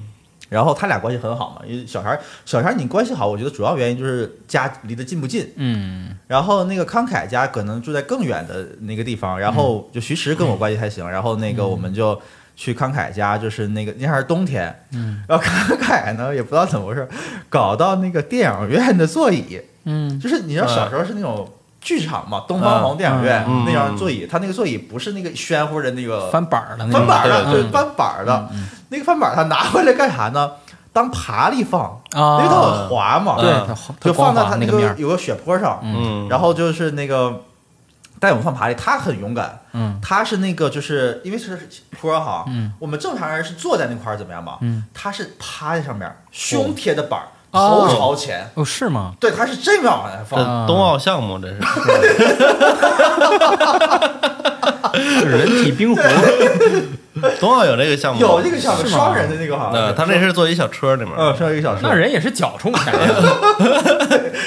[SPEAKER 1] 然后他俩关系很好嘛，因为小孩儿小孩儿你关系好，我觉得主要原因就是家离得近不近。
[SPEAKER 2] 嗯，
[SPEAKER 1] 然后那个慷慨家可能住在更远的那个地方，然后就徐石跟我关系还行，然后那个我们就去慷慨家，就是那个那还是冬天，嗯，然后慷慨呢也不知道怎么回事，搞到那个电影院的座椅，
[SPEAKER 2] 嗯，
[SPEAKER 1] 就是你知道小时候是那种。剧场嘛，东方红电影院、
[SPEAKER 3] 嗯嗯
[SPEAKER 1] 那样座椅，他那个座椅不是那个暄乎的那个
[SPEAKER 2] 翻板儿了，
[SPEAKER 1] 翻板儿
[SPEAKER 3] 那
[SPEAKER 1] 的，
[SPEAKER 3] 种
[SPEAKER 1] 对
[SPEAKER 2] 嗯，
[SPEAKER 1] 翻板儿的。那个翻板儿他拿回来干啥呢？当爬犁放，因为它
[SPEAKER 2] 啊，
[SPEAKER 1] 很滑嘛，
[SPEAKER 2] 对
[SPEAKER 3] 嗯
[SPEAKER 2] 它滑它
[SPEAKER 1] 就放到
[SPEAKER 2] 光滑
[SPEAKER 1] 它
[SPEAKER 2] 那
[SPEAKER 1] 那
[SPEAKER 2] 个面
[SPEAKER 1] 个
[SPEAKER 2] 儿，
[SPEAKER 1] 有个雪坡上，
[SPEAKER 3] 嗯，
[SPEAKER 1] 然后就是那个带我们放爬犁，他很勇敢，
[SPEAKER 2] 嗯，
[SPEAKER 1] 他是那个就是因为是坡哈，
[SPEAKER 2] 嗯，
[SPEAKER 1] 我们正常人是坐在那块儿怎么样吧，
[SPEAKER 2] 嗯，
[SPEAKER 1] 他是趴在上面，胸贴着板儿，
[SPEAKER 2] 哦
[SPEAKER 1] 头朝前，
[SPEAKER 2] 哦，是吗？
[SPEAKER 1] 对，他是这么往下
[SPEAKER 3] 这
[SPEAKER 1] 放，
[SPEAKER 3] 冬奥项目这是，
[SPEAKER 2] 就是人体冰壶，
[SPEAKER 3] 冬奥有这个项目，
[SPEAKER 1] 有这个项目
[SPEAKER 2] 是吗
[SPEAKER 1] 双人的那个好
[SPEAKER 3] 哦呃，
[SPEAKER 1] 像，
[SPEAKER 3] 他那是坐一小车里面，
[SPEAKER 1] 嗯，上一个小时，
[SPEAKER 2] <laughs> 那人也是脚冲下来 <laughs> 的，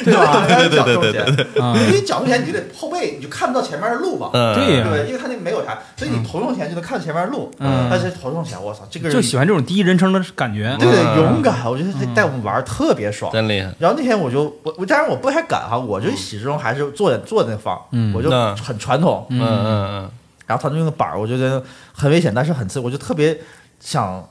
[SPEAKER 1] 对吧？
[SPEAKER 3] 对对对对
[SPEAKER 1] 对对
[SPEAKER 2] 啊
[SPEAKER 1] 因
[SPEAKER 2] <laughs>
[SPEAKER 1] 为脚冲前你就得后背，你就看不到前面的路嘛。
[SPEAKER 3] 嗯，
[SPEAKER 2] 对呀
[SPEAKER 1] 对，因为他那个没有啥，所以你头重前就能看到前面的路。
[SPEAKER 2] 嗯
[SPEAKER 1] 但是头重前，我操，这个人
[SPEAKER 2] 就喜欢这种第一人称的感觉。
[SPEAKER 1] 对对
[SPEAKER 3] 嗯
[SPEAKER 1] 勇敢，我觉得这带我们玩儿特别爽。
[SPEAKER 3] 真厉害，
[SPEAKER 1] 然后那天我就我我当然我不太敢哈，我就始终还是坐在坐在那方，
[SPEAKER 2] 嗯
[SPEAKER 1] 我就
[SPEAKER 3] 那
[SPEAKER 1] 很传统。
[SPEAKER 3] 嗯嗯嗯。
[SPEAKER 1] 然后他就用个板儿，我觉得很危险，但是很刺，我就特别想。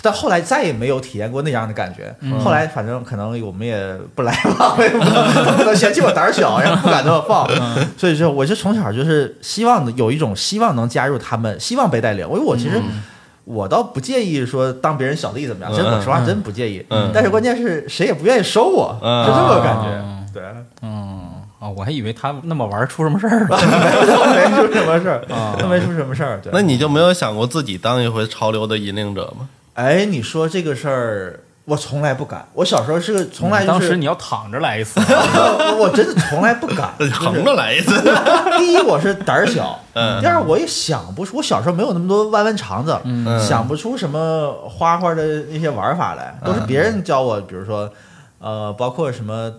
[SPEAKER 1] 但后来再也没有体验过那样的感觉。
[SPEAKER 3] 嗯
[SPEAKER 1] 后来反正可能我们也不来往，我也不他们可能嫌弃我胆儿小，然后不敢这么放。
[SPEAKER 3] 嗯
[SPEAKER 1] 所以说，我是从小就是希望有一种希望能加入他们，希望被带领。因为我其实
[SPEAKER 3] 嗯
[SPEAKER 1] 我倒不介意说当别人小弟怎么样，其实我说话真不介意。
[SPEAKER 3] 嗯
[SPEAKER 1] 但是关键是谁也不愿意收我，
[SPEAKER 3] 嗯
[SPEAKER 1] 是这么个感觉。
[SPEAKER 2] 哦
[SPEAKER 1] 对， <laughs>
[SPEAKER 2] 嗯啊，我还以为他那么玩儿出什么事 <laughs> 儿了。
[SPEAKER 1] 没出什么事儿，都
[SPEAKER 3] 嗯
[SPEAKER 1] 没出什么事儿。对，
[SPEAKER 3] 那你就没有想过自己当一回潮流的引领者 <laughs> 吗？
[SPEAKER 1] 哎，你说这个事儿，我从来不敢。我小时候是个从来就
[SPEAKER 2] 当
[SPEAKER 1] 是，
[SPEAKER 2] 时你要躺着来一 <laughs> 次，
[SPEAKER 1] <laughs> 我我真的从来不
[SPEAKER 3] <laughs>
[SPEAKER 1] 敢。就是
[SPEAKER 3] 横着来一次，
[SPEAKER 1] <laughs>
[SPEAKER 3] <laughs>
[SPEAKER 1] 第一，我是胆儿小；
[SPEAKER 3] 嗯
[SPEAKER 1] 第二，我也想不出，我小时候没有那么多弯弯肠子，
[SPEAKER 3] 嗯
[SPEAKER 1] 想不出什么花花的那些玩法来，都是别人教我，比如说，呃，包括什么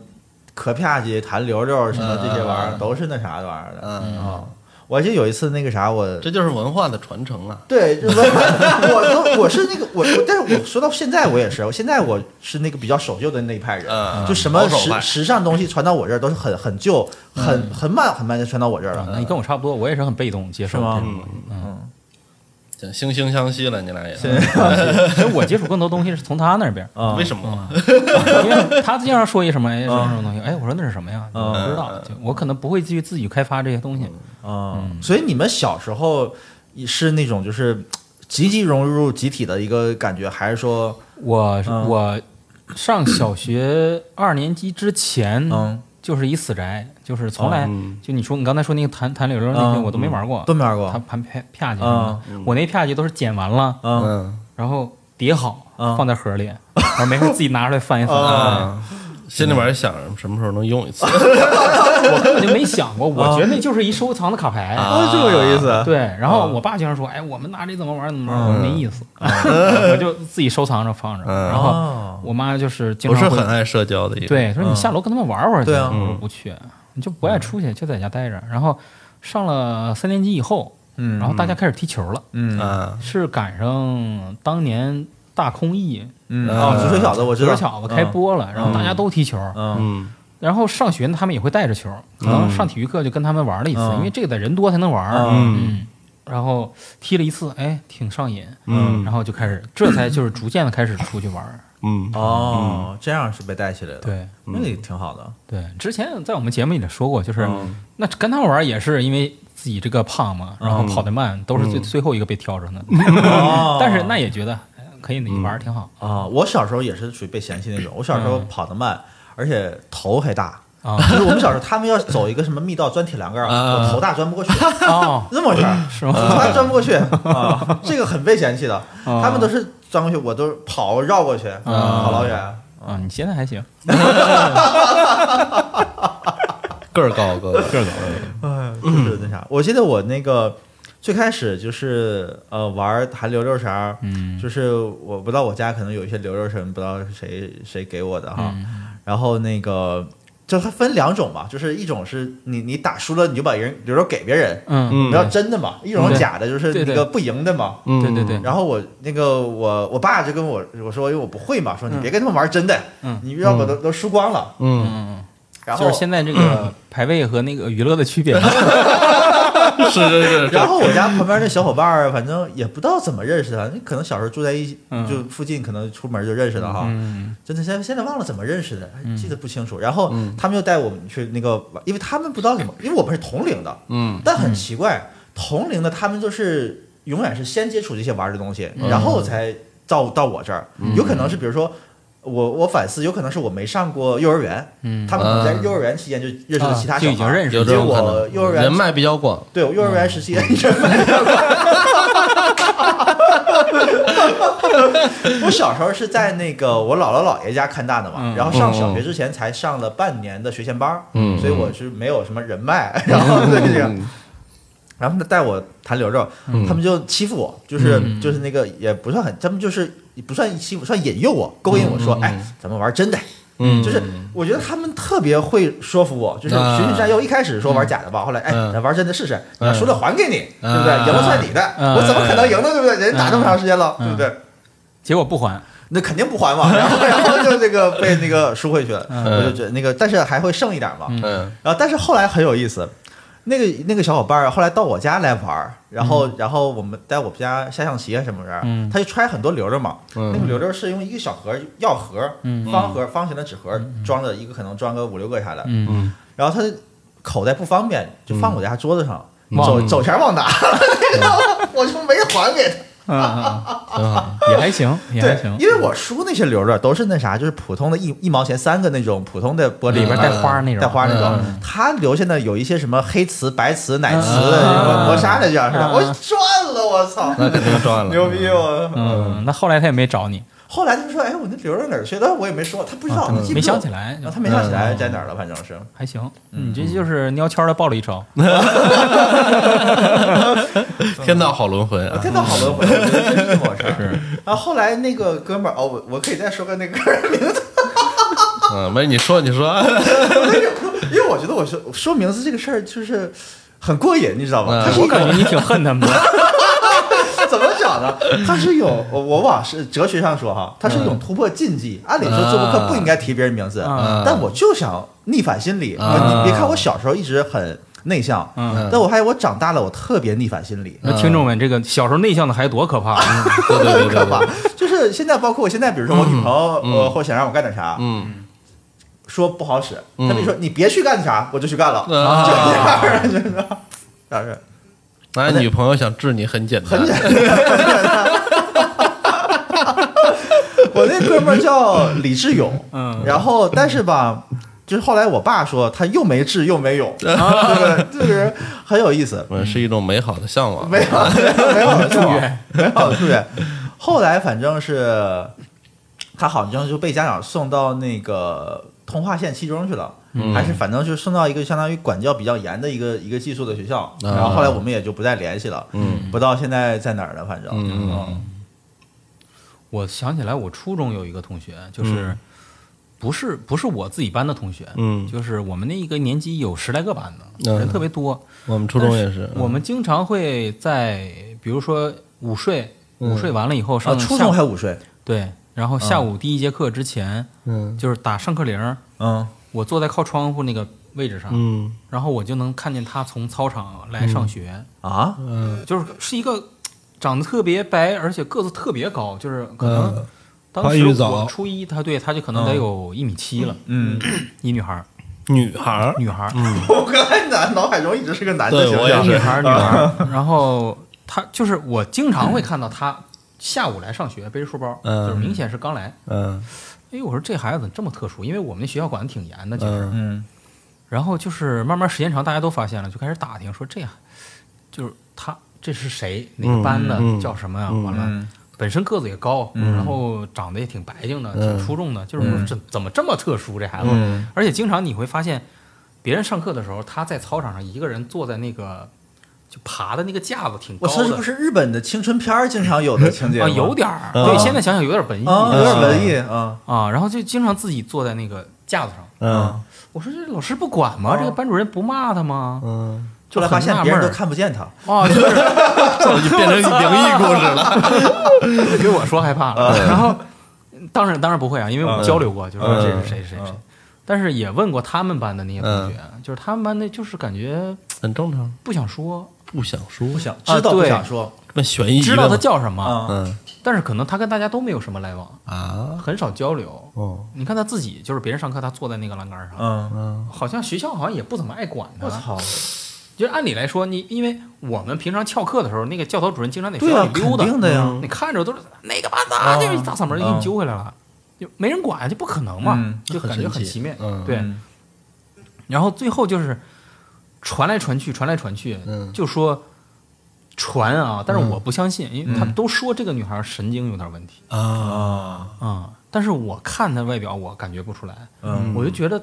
[SPEAKER 1] 磕啪叽、弹溜溜什么这些玩意儿，
[SPEAKER 3] 嗯
[SPEAKER 1] 都是那啥玩意儿的。
[SPEAKER 3] 嗯，
[SPEAKER 1] 啊，我还记得有一次那个啥，我
[SPEAKER 3] 这就是文化的传承啊。
[SPEAKER 1] 对，就是说 <laughs> 我都我是那个我，我但是我说到现在我也是，我现在我是那个比较守旧的那一派人，
[SPEAKER 3] 嗯
[SPEAKER 1] 就什么
[SPEAKER 3] 保守
[SPEAKER 1] 时
[SPEAKER 3] 派嗯
[SPEAKER 1] 时尚东西传到我这儿都是很很旧、很很慢、很慢就传到我这儿
[SPEAKER 2] 啊
[SPEAKER 1] 了，
[SPEAKER 2] 那你跟我差不多，我也是很被动接
[SPEAKER 1] 是
[SPEAKER 2] 受。
[SPEAKER 1] 吗？
[SPEAKER 3] 嗯嗯，这惺惺相惜了，你俩也
[SPEAKER 2] 其实哎我接触更多东西是从他那边儿， <laughs>
[SPEAKER 1] 啊
[SPEAKER 3] 为，什么？
[SPEAKER 2] 因为他经常说一什么哎什么什么东西，哎，我说那是什么呀？
[SPEAKER 1] 嗯
[SPEAKER 2] 我不知道，就我可能不会去自己开发这些东西。
[SPEAKER 1] 嗯，所以你们小时候是那种就是积极融入集体的一个感觉，还是说
[SPEAKER 2] 我是
[SPEAKER 1] 嗯
[SPEAKER 2] 我上小学二年级之前
[SPEAKER 1] 嗯
[SPEAKER 2] 就是一死宅，就是从来
[SPEAKER 3] 嗯
[SPEAKER 2] 就你说你刚才说那个弹弹柳柳那些
[SPEAKER 1] 嗯
[SPEAKER 2] 我都没玩过
[SPEAKER 1] 都，没玩过
[SPEAKER 2] 弹？弹啪啪叽什么的，我那啪叽都是捡完了，
[SPEAKER 1] 嗯
[SPEAKER 3] 嗯
[SPEAKER 2] 然后叠好
[SPEAKER 1] 嗯
[SPEAKER 2] 放在盒里，然后没事自己拿出来翻一翻。
[SPEAKER 3] 啊，心里边想什么时候能用一次？
[SPEAKER 2] 我根本就没想过，我觉得那就是一收藏的卡牌。
[SPEAKER 1] 啊，这个有意思。
[SPEAKER 2] 对，然后我爸经常说：“哎，我们拿这怎么玩儿怎么玩儿，没意思。” <laughs> 我就自己收藏着放着。
[SPEAKER 3] 嗯
[SPEAKER 2] 然后
[SPEAKER 1] 哦，
[SPEAKER 2] 我妈就是经
[SPEAKER 3] 不 <laughs> 是
[SPEAKER 2] 常会
[SPEAKER 3] 很爱社交的一个。
[SPEAKER 2] 对，说你下楼跟他们玩会儿
[SPEAKER 1] 嗯
[SPEAKER 2] 去。
[SPEAKER 1] 对啊
[SPEAKER 2] 我说不去，你就不爱出去，就在家待着。然后上了三年级以后，
[SPEAKER 1] 嗯，
[SPEAKER 2] 然后大家开始踢球了，
[SPEAKER 1] 嗯
[SPEAKER 3] 啊，
[SPEAKER 2] 是赶上当年大空翼呃
[SPEAKER 1] 嗯
[SPEAKER 3] 嗯
[SPEAKER 1] 啊，足球小子我知
[SPEAKER 2] 足
[SPEAKER 1] 道，
[SPEAKER 2] 球小子开播了，然后大家都踢球，
[SPEAKER 1] 嗯，
[SPEAKER 3] 嗯
[SPEAKER 2] 然后上学呢他们也会带着球，可能上体育课就跟他们玩了一次，
[SPEAKER 1] 嗯
[SPEAKER 2] 因为这个得人多才能玩儿，
[SPEAKER 3] 嗯
[SPEAKER 2] 嗯，然后踢了一次，哎，挺上瘾，
[SPEAKER 3] 嗯
[SPEAKER 2] 然后就开始，这才就是逐渐的开始出去玩儿，
[SPEAKER 3] 嗯
[SPEAKER 1] 哦，这样是被带起来的，，
[SPEAKER 2] 对。
[SPEAKER 1] 那也挺好的，
[SPEAKER 2] 对，之前在我们节目里也说过，就是、
[SPEAKER 1] 嗯
[SPEAKER 2] 那跟他们玩儿也是因为自己这个胖嘛，然后跑得慢，都是最、最后一个被
[SPEAKER 1] <laughs>
[SPEAKER 2] 挑上的。
[SPEAKER 1] 嗯哦
[SPEAKER 2] 嗯但是那也觉得哎可以，你玩儿挺
[SPEAKER 1] <laughs>
[SPEAKER 2] 好
[SPEAKER 1] 啊，我小时候也是属于被嫌弃那种，我小时候跑得慢，而且头还大。
[SPEAKER 2] 嗯啊
[SPEAKER 1] 就是我们小时候，他们要走一个什么密道钻铁栏杆儿，
[SPEAKER 3] 啊
[SPEAKER 1] 我头大钻不过
[SPEAKER 2] <laughs>
[SPEAKER 1] 去， <laughs>
[SPEAKER 2] 哦，
[SPEAKER 1] 这么回事儿，
[SPEAKER 2] 是吗啊
[SPEAKER 1] 我头大钻不
[SPEAKER 2] <laughs>
[SPEAKER 1] 过去啊，这个很被嫌弃的。他们都是钻过去，我都跑绕过去，跑老远。
[SPEAKER 2] 啊，你现在还行，
[SPEAKER 3] 个儿高，个儿个儿高，
[SPEAKER 1] 哎，就是那啥，我记得我那个最开始就是呃玩韩流六啥，
[SPEAKER 2] 嗯
[SPEAKER 1] 就是我不知道我家可能有一些流六神，不知道是谁谁给我的哈。
[SPEAKER 2] 嗯
[SPEAKER 1] 然后那个就它分两种嘛，就是一种是你你打输了你就把人流流给别人，
[SPEAKER 2] 嗯，
[SPEAKER 1] 你要真的嘛；一种是假的，就是
[SPEAKER 2] 对
[SPEAKER 1] 那
[SPEAKER 2] 对
[SPEAKER 1] 个不赢的嘛。
[SPEAKER 3] 嗯
[SPEAKER 2] 对对对，
[SPEAKER 1] 然后我那个我我爸就跟我我说，因为哎我不会嘛，说你别跟他们玩真的，
[SPEAKER 2] 嗯
[SPEAKER 1] 你要不都都输光了。
[SPEAKER 3] 嗯，
[SPEAKER 2] 嗯，
[SPEAKER 1] 然后嗯
[SPEAKER 2] 就是现在这个排位和那个娱乐的
[SPEAKER 1] <laughs>
[SPEAKER 2] 区别，
[SPEAKER 3] 是是是，
[SPEAKER 1] 然后我家旁边那小伙伴儿，反正也不知道怎么认识的，可能小时候住在一起，
[SPEAKER 2] 嗯
[SPEAKER 1] 就附近，可能出门就认识的哈。
[SPEAKER 2] 嗯
[SPEAKER 1] 真的现在现在忘了怎么认识的，还记得不清楚。然后他们又带我们去那个玩，因为他们不知道怎么，因为我们是同龄的，
[SPEAKER 3] 嗯
[SPEAKER 1] 但很奇怪，同龄的他们就是永远是先接触这些玩的东西，
[SPEAKER 2] 嗯
[SPEAKER 1] 然后才到到我这儿。有可能是比如说。我我反思，有可能是我没上过幼儿园，
[SPEAKER 2] 嗯，
[SPEAKER 1] 他们可能在幼儿园期间就认识了其他
[SPEAKER 2] 啊
[SPEAKER 1] 小
[SPEAKER 2] 就
[SPEAKER 1] 孩，
[SPEAKER 2] 已经认识
[SPEAKER 3] 有
[SPEAKER 2] 了，
[SPEAKER 3] 这
[SPEAKER 1] 结
[SPEAKER 3] 种可
[SPEAKER 1] 果
[SPEAKER 3] 能，
[SPEAKER 1] 幼儿园
[SPEAKER 3] 人脉比较广，
[SPEAKER 1] 对我幼儿园时期人脉， <laughs> 我小时候是在那个我姥姥姥爷家看大的嘛
[SPEAKER 2] 嗯，
[SPEAKER 1] 然后上小学之前才上了半年的学前班儿，
[SPEAKER 3] 嗯
[SPEAKER 1] 所以我是没有什么人脉，然后 <laughs> 对这样。然后他带我谈流肉，
[SPEAKER 3] 嗯
[SPEAKER 1] 他们就欺负我，就是
[SPEAKER 2] 嗯
[SPEAKER 1] 就是那个也不算很，他们就是也不算欺负，算引诱我，勾引我说，哎，咱们玩真的，
[SPEAKER 3] 嗯，
[SPEAKER 1] 就是我觉得他们特别会说服我，就是循循善诱。一开始说玩假的吧，后来哎，
[SPEAKER 3] 嗯
[SPEAKER 1] 咱玩真的试试，
[SPEAKER 3] 嗯
[SPEAKER 1] 输了还给你，
[SPEAKER 3] 嗯
[SPEAKER 1] 对不对？赢了算你的，
[SPEAKER 2] 嗯
[SPEAKER 1] 我怎么可能赢呢？对不对？人打这么长时间了，
[SPEAKER 2] 嗯
[SPEAKER 1] 对不对？
[SPEAKER 2] 结果不还，
[SPEAKER 1] 那肯定不还嘛。然后然后就这个被那个输回去了，
[SPEAKER 2] 嗯
[SPEAKER 1] 我就觉得那个，但是还会剩一点嘛。
[SPEAKER 3] 嗯
[SPEAKER 1] 然后但是后来很有意思，那个那个小伙伴儿后来到我家来玩儿，然后、然后我们在我们家下象棋啊什么的，
[SPEAKER 2] 嗯
[SPEAKER 1] 他就揣很多溜溜嘛，
[SPEAKER 3] 嗯
[SPEAKER 1] 那个溜溜是用一个小盒儿药盒儿、
[SPEAKER 2] 嗯
[SPEAKER 1] 方盒儿方形的纸盒儿装的，一个可能装个五六个啥的，
[SPEAKER 2] 嗯，
[SPEAKER 3] 嗯
[SPEAKER 1] 然后他口袋不方便，就放我家桌子上，
[SPEAKER 3] 嗯
[SPEAKER 1] 走
[SPEAKER 3] 嗯
[SPEAKER 1] 走前忘拿，你知道吗？ <laughs> 我就没还给他。
[SPEAKER 2] 嗯，
[SPEAKER 3] 啊，
[SPEAKER 2] 也还行，也还
[SPEAKER 1] 对
[SPEAKER 2] 行，，嗯
[SPEAKER 1] 因为我叔那些溜溜都是那啥，就是普通的一一毛钱三个那种普通的玻璃
[SPEAKER 2] 里边嗯带花那种，
[SPEAKER 1] 带花那种
[SPEAKER 3] 嗯，
[SPEAKER 1] 他留下的有一些什么黑瓷、白瓷、奶瓷
[SPEAKER 2] 嗯
[SPEAKER 1] 的什么磨砂的这样似的，
[SPEAKER 2] 嗯
[SPEAKER 1] 我赚了，我操，
[SPEAKER 3] 那肯定赚了，
[SPEAKER 1] 牛逼我！
[SPEAKER 2] 嗯，那后来他也没找你，
[SPEAKER 1] 后来他说，哎，我那溜溜哪儿去了？我也没说，他不知道，他记不
[SPEAKER 2] 啊没
[SPEAKER 1] 住
[SPEAKER 2] 想起，来嗯
[SPEAKER 1] 然，啊后他嗯没想起来在哪儿了，反正是。
[SPEAKER 2] 还行，你这就是悄悄的报了一招，
[SPEAKER 3] 天道好轮回
[SPEAKER 2] <laughs>
[SPEAKER 3] 啊，
[SPEAKER 1] 真的好轮回，我觉得真是这么回事儿。然啊后后来那个哥们儿，哦，我我可以再说个那个 <laughs> 哥们儿名字，
[SPEAKER 3] 嗯，没你说你说，
[SPEAKER 1] 因为我觉得我说说名字这个事儿就是很过瘾，你知道吗？
[SPEAKER 3] 嗯
[SPEAKER 1] 他是
[SPEAKER 2] 我
[SPEAKER 1] 一
[SPEAKER 2] 感
[SPEAKER 1] 个
[SPEAKER 2] 觉你挺恨他
[SPEAKER 1] <laughs>
[SPEAKER 2] 们的，
[SPEAKER 1] 怎么讲呢？他是有我我往是哲学上说哈，他是一
[SPEAKER 3] 嗯
[SPEAKER 1] 种突破禁忌。按理说做播客不应该提别人名字，
[SPEAKER 2] 嗯
[SPEAKER 1] 但我就想逆反心理。呃
[SPEAKER 3] 嗯
[SPEAKER 1] 你别看我小时候一直很内向，
[SPEAKER 2] 嗯。
[SPEAKER 1] 但我发现我长大了，我特别逆反心理。
[SPEAKER 2] 那听众们，这个小时候内向的孩子多可怕！
[SPEAKER 3] 嗯
[SPEAKER 2] 啊
[SPEAKER 1] <laughs>
[SPEAKER 3] 对对对
[SPEAKER 1] 很可
[SPEAKER 3] 对
[SPEAKER 1] 怕
[SPEAKER 3] 对，，
[SPEAKER 1] 就是现在，包括我现在，比如说我女朋友，
[SPEAKER 3] 嗯
[SPEAKER 1] 呃，或想让我干点啥，
[SPEAKER 3] 嗯
[SPEAKER 1] 说不好使，
[SPEAKER 3] 嗯
[SPEAKER 1] 他们一说你别去干啥，我就去干了，
[SPEAKER 3] 啊
[SPEAKER 1] 就这样儿，真 <laughs> 的，当然
[SPEAKER 3] 那女朋友想治你很简单，
[SPEAKER 1] 很简单。 <laughs> 我那哥们儿叫李志勇，
[SPEAKER 2] 嗯
[SPEAKER 1] 然后但是吧，就是后来我爸说他又没志又没勇，对不对？就是很有意思，
[SPEAKER 3] 嗯，是一种美好的向
[SPEAKER 1] <laughs>
[SPEAKER 3] 往，
[SPEAKER 1] 没有没
[SPEAKER 3] <laughs>
[SPEAKER 1] 有祝
[SPEAKER 2] 愿，
[SPEAKER 1] <laughs> 没有祝愿。后来反正是他好像就被家长送到那个通化县七中去了，
[SPEAKER 3] 嗯
[SPEAKER 1] 还是反正就是送到一个相当于管教比较严的一个一个寄宿的学校。
[SPEAKER 3] 啊
[SPEAKER 1] 然后后来我们也就不再联系了，
[SPEAKER 3] 嗯
[SPEAKER 1] 不知道现在在哪儿了，反正
[SPEAKER 3] 嗯嗯
[SPEAKER 1] 嗯
[SPEAKER 2] 我想起来，我初中有一个同学，就是不是不是我自己班的同学，
[SPEAKER 3] 嗯
[SPEAKER 2] 就是我们那一个年级有十来个班的，
[SPEAKER 3] 嗯
[SPEAKER 2] 人特别多。
[SPEAKER 3] 我们初中也是
[SPEAKER 2] 但，我们经常会在比如说午睡，午睡完了以后
[SPEAKER 1] 啊，
[SPEAKER 2] 上
[SPEAKER 1] 初
[SPEAKER 2] 下
[SPEAKER 1] 中
[SPEAKER 2] 午
[SPEAKER 1] 还午睡，
[SPEAKER 2] 对，然后下午第一节课之前，
[SPEAKER 3] 嗯
[SPEAKER 2] 就是打上课铃儿，
[SPEAKER 1] 嗯
[SPEAKER 2] 我坐在靠窗户那个位置上，
[SPEAKER 3] 嗯
[SPEAKER 2] 然后我就能看见他从操场来上学，
[SPEAKER 1] 啊，
[SPEAKER 3] 嗯
[SPEAKER 2] 就是是一个长得特别白，而且个子特别高，就是可能
[SPEAKER 3] 嗯
[SPEAKER 2] 当
[SPEAKER 3] 发
[SPEAKER 2] 时
[SPEAKER 3] 育
[SPEAKER 2] 我
[SPEAKER 3] 早嗯
[SPEAKER 2] 初一，他对他就可能得有一米七了，
[SPEAKER 1] 嗯，
[SPEAKER 2] 一女孩儿，
[SPEAKER 3] 女孩儿，
[SPEAKER 2] 女孩儿，
[SPEAKER 1] <laughs> 我刚才脑脑海中一直是个男
[SPEAKER 3] 对我也
[SPEAKER 2] 女
[SPEAKER 3] 是啊
[SPEAKER 2] 孩儿，女孩儿，然后他就是我经常会看到他下午来上学，背着书包，
[SPEAKER 3] 嗯
[SPEAKER 2] 就是明显是刚来。
[SPEAKER 3] 嗯
[SPEAKER 2] 哎，我说这孩子怎么这么特殊？因为我们那学校管的挺严的，其实。
[SPEAKER 3] 嗯
[SPEAKER 1] 嗯
[SPEAKER 2] 然后就是慢慢时间长，大家都发现了，就开始打听说这样，就是他这是谁，哪个班的，
[SPEAKER 3] 嗯嗯
[SPEAKER 2] 叫什么呀？
[SPEAKER 3] 嗯
[SPEAKER 2] 完了，
[SPEAKER 1] 嗯
[SPEAKER 2] 本身个子也高，
[SPEAKER 1] 嗯
[SPEAKER 2] 然后长得也挺白净的，
[SPEAKER 3] 嗯
[SPEAKER 2] 挺出众的，就是说
[SPEAKER 1] 嗯
[SPEAKER 2] 这怎么这么特殊这孩子？
[SPEAKER 1] 嗯
[SPEAKER 2] 而且经常你会发现，别人上课的时候，他在操场上一个人坐在那个就爬的那个架子挺
[SPEAKER 1] 我
[SPEAKER 2] 高
[SPEAKER 1] 操，这
[SPEAKER 2] 的
[SPEAKER 1] 不是日本的青春片儿经常有的情节
[SPEAKER 2] 啊，
[SPEAKER 1] 吗
[SPEAKER 2] 有点儿，
[SPEAKER 3] 嗯
[SPEAKER 2] 对，现在想想有点文艺
[SPEAKER 1] 啊，有点文艺啊，
[SPEAKER 2] 啊，然后就经常自己坐在那个架子上。
[SPEAKER 3] 嗯
[SPEAKER 2] 我说这老师不管吗？
[SPEAKER 1] 啊
[SPEAKER 2] 这个班主任不骂他吗？ <laughs>
[SPEAKER 3] 嗯，
[SPEAKER 1] 后
[SPEAKER 2] 就
[SPEAKER 1] 来发
[SPEAKER 2] 很
[SPEAKER 1] 现
[SPEAKER 2] 纳
[SPEAKER 1] 别人
[SPEAKER 2] 闷
[SPEAKER 1] 都
[SPEAKER 2] 儿
[SPEAKER 1] 看不见他，
[SPEAKER 2] 哦，就是
[SPEAKER 3] 就变成灵异故事
[SPEAKER 2] <laughs>
[SPEAKER 3] 了，
[SPEAKER 2] 给我说害怕
[SPEAKER 1] 嗯
[SPEAKER 2] 了。然后，当然当然不会啊，因为我们交流过，就是说这是谁谁谁
[SPEAKER 1] 嗯，
[SPEAKER 2] 但是也问过他们班的那些同学，就是他们班的，就是感觉
[SPEAKER 3] 很正常，
[SPEAKER 2] 不想说，
[SPEAKER 3] 不想说，
[SPEAKER 1] 不想
[SPEAKER 2] 啊
[SPEAKER 1] 知道不
[SPEAKER 2] 对
[SPEAKER 1] 想说
[SPEAKER 3] 那悬疑，
[SPEAKER 2] 知道他，叫什么，
[SPEAKER 1] 啊，
[SPEAKER 3] 嗯
[SPEAKER 2] 但是可能他跟大家都没有什么来往，
[SPEAKER 3] 啊，
[SPEAKER 2] 很少交流。
[SPEAKER 3] 哦，
[SPEAKER 2] 你看他自己，就是别人上课，他坐在那个栏杆上，
[SPEAKER 1] 嗯，啊
[SPEAKER 3] 嗯
[SPEAKER 2] 好像学校好像也不怎么爱管他。
[SPEAKER 1] 我！操，
[SPEAKER 2] 就是按理来说，你因为我们平常翘课的时候，那个教导主任经常得学
[SPEAKER 1] 对
[SPEAKER 2] 校
[SPEAKER 1] 啊，
[SPEAKER 2] 里
[SPEAKER 1] 肯
[SPEAKER 2] 溜达，
[SPEAKER 1] 定的呀，
[SPEAKER 2] 你看着都是哪个班的
[SPEAKER 1] 啊
[SPEAKER 2] 啊，就是一大嗓门就给你揪回来了，就没人管，就不可能嘛，
[SPEAKER 1] 嗯
[SPEAKER 2] 就感觉
[SPEAKER 3] 很神
[SPEAKER 2] 很
[SPEAKER 3] 奇
[SPEAKER 2] 奇妙。
[SPEAKER 3] 嗯
[SPEAKER 2] 对，
[SPEAKER 1] 嗯
[SPEAKER 2] 然后最后就是传来传去，传来传去，
[SPEAKER 3] 嗯
[SPEAKER 2] 就说传啊，但是
[SPEAKER 3] 嗯
[SPEAKER 2] 我不相信，因为他们都说这个女孩神经有点问题
[SPEAKER 3] 啊，
[SPEAKER 1] 啊，
[SPEAKER 2] 啊、但是我看她外表，我感觉不出来，
[SPEAKER 1] 嗯
[SPEAKER 2] 我就觉得，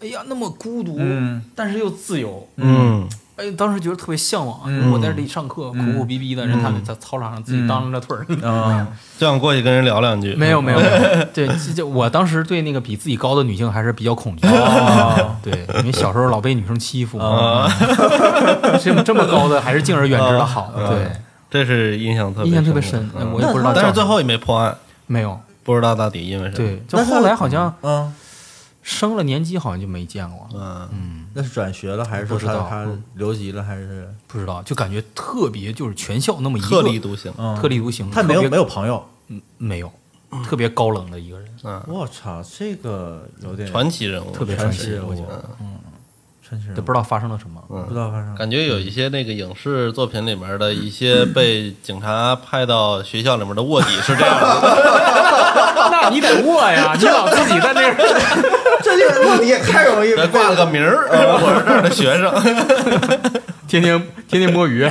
[SPEAKER 2] 哎呀，那么孤独，
[SPEAKER 1] 嗯
[SPEAKER 2] 但是又自由，
[SPEAKER 3] 嗯
[SPEAKER 2] 哎，当时觉得特别向往，
[SPEAKER 1] 嗯
[SPEAKER 2] 我在这里上课，
[SPEAKER 1] 嗯
[SPEAKER 2] 苦苦逼逼的，人他们在操场上自己当着腿儿。
[SPEAKER 1] 嗯，
[SPEAKER 3] 就想过去跟人聊两句，
[SPEAKER 2] 没有没有，没有，对，这这我当时对那个比自己高的女性还是比较恐惧的，对，因为小时候老被女生欺负，
[SPEAKER 1] 啊
[SPEAKER 2] 这么这么高的还是敬而远之的好，对，
[SPEAKER 3] 嗯这是印哦象特别
[SPEAKER 2] 印象特别
[SPEAKER 3] 深
[SPEAKER 2] 深
[SPEAKER 3] 刻，，
[SPEAKER 2] 我也不知道叫什么，
[SPEAKER 3] 但是最后也没破案，
[SPEAKER 2] 没有，
[SPEAKER 3] 不知道到底因为什么，
[SPEAKER 2] 对，就
[SPEAKER 1] 那他
[SPEAKER 2] 后来好像
[SPEAKER 1] 嗯，
[SPEAKER 2] 升了年级，好像就没见过，
[SPEAKER 3] 嗯
[SPEAKER 1] 那是转学了还是说
[SPEAKER 2] 不知
[SPEAKER 1] 他
[SPEAKER 2] 道
[SPEAKER 1] 他留级了还是
[SPEAKER 2] 不知道，就感觉特别就是全校那么一个
[SPEAKER 3] 特立独行，
[SPEAKER 1] 嗯
[SPEAKER 2] 特立独行，
[SPEAKER 1] 他没有
[SPEAKER 2] 特别
[SPEAKER 1] 没有朋友？
[SPEAKER 2] 嗯没有，特别高冷的一个人，
[SPEAKER 3] 嗯，
[SPEAKER 1] 我操，这个有点
[SPEAKER 3] 传奇人物，
[SPEAKER 2] 特别
[SPEAKER 1] 传嗯
[SPEAKER 2] 传
[SPEAKER 1] 奇
[SPEAKER 2] 奇，
[SPEAKER 1] 人物
[SPEAKER 2] 我觉得
[SPEAKER 1] 真是
[SPEAKER 2] 都不知道发生了什么，
[SPEAKER 1] 不知道发生
[SPEAKER 3] 感觉有一些那个影视作品里面的一些被警察派到学校里面的卧底是这样的，
[SPEAKER 2] 那你得握呀，你老自己在那儿。
[SPEAKER 1] <laughs> 这 <laughs> 这落地也太容易
[SPEAKER 3] 咱挂了个名儿，我是这儿的学生，
[SPEAKER 2] <laughs> 天天天天摸鱼，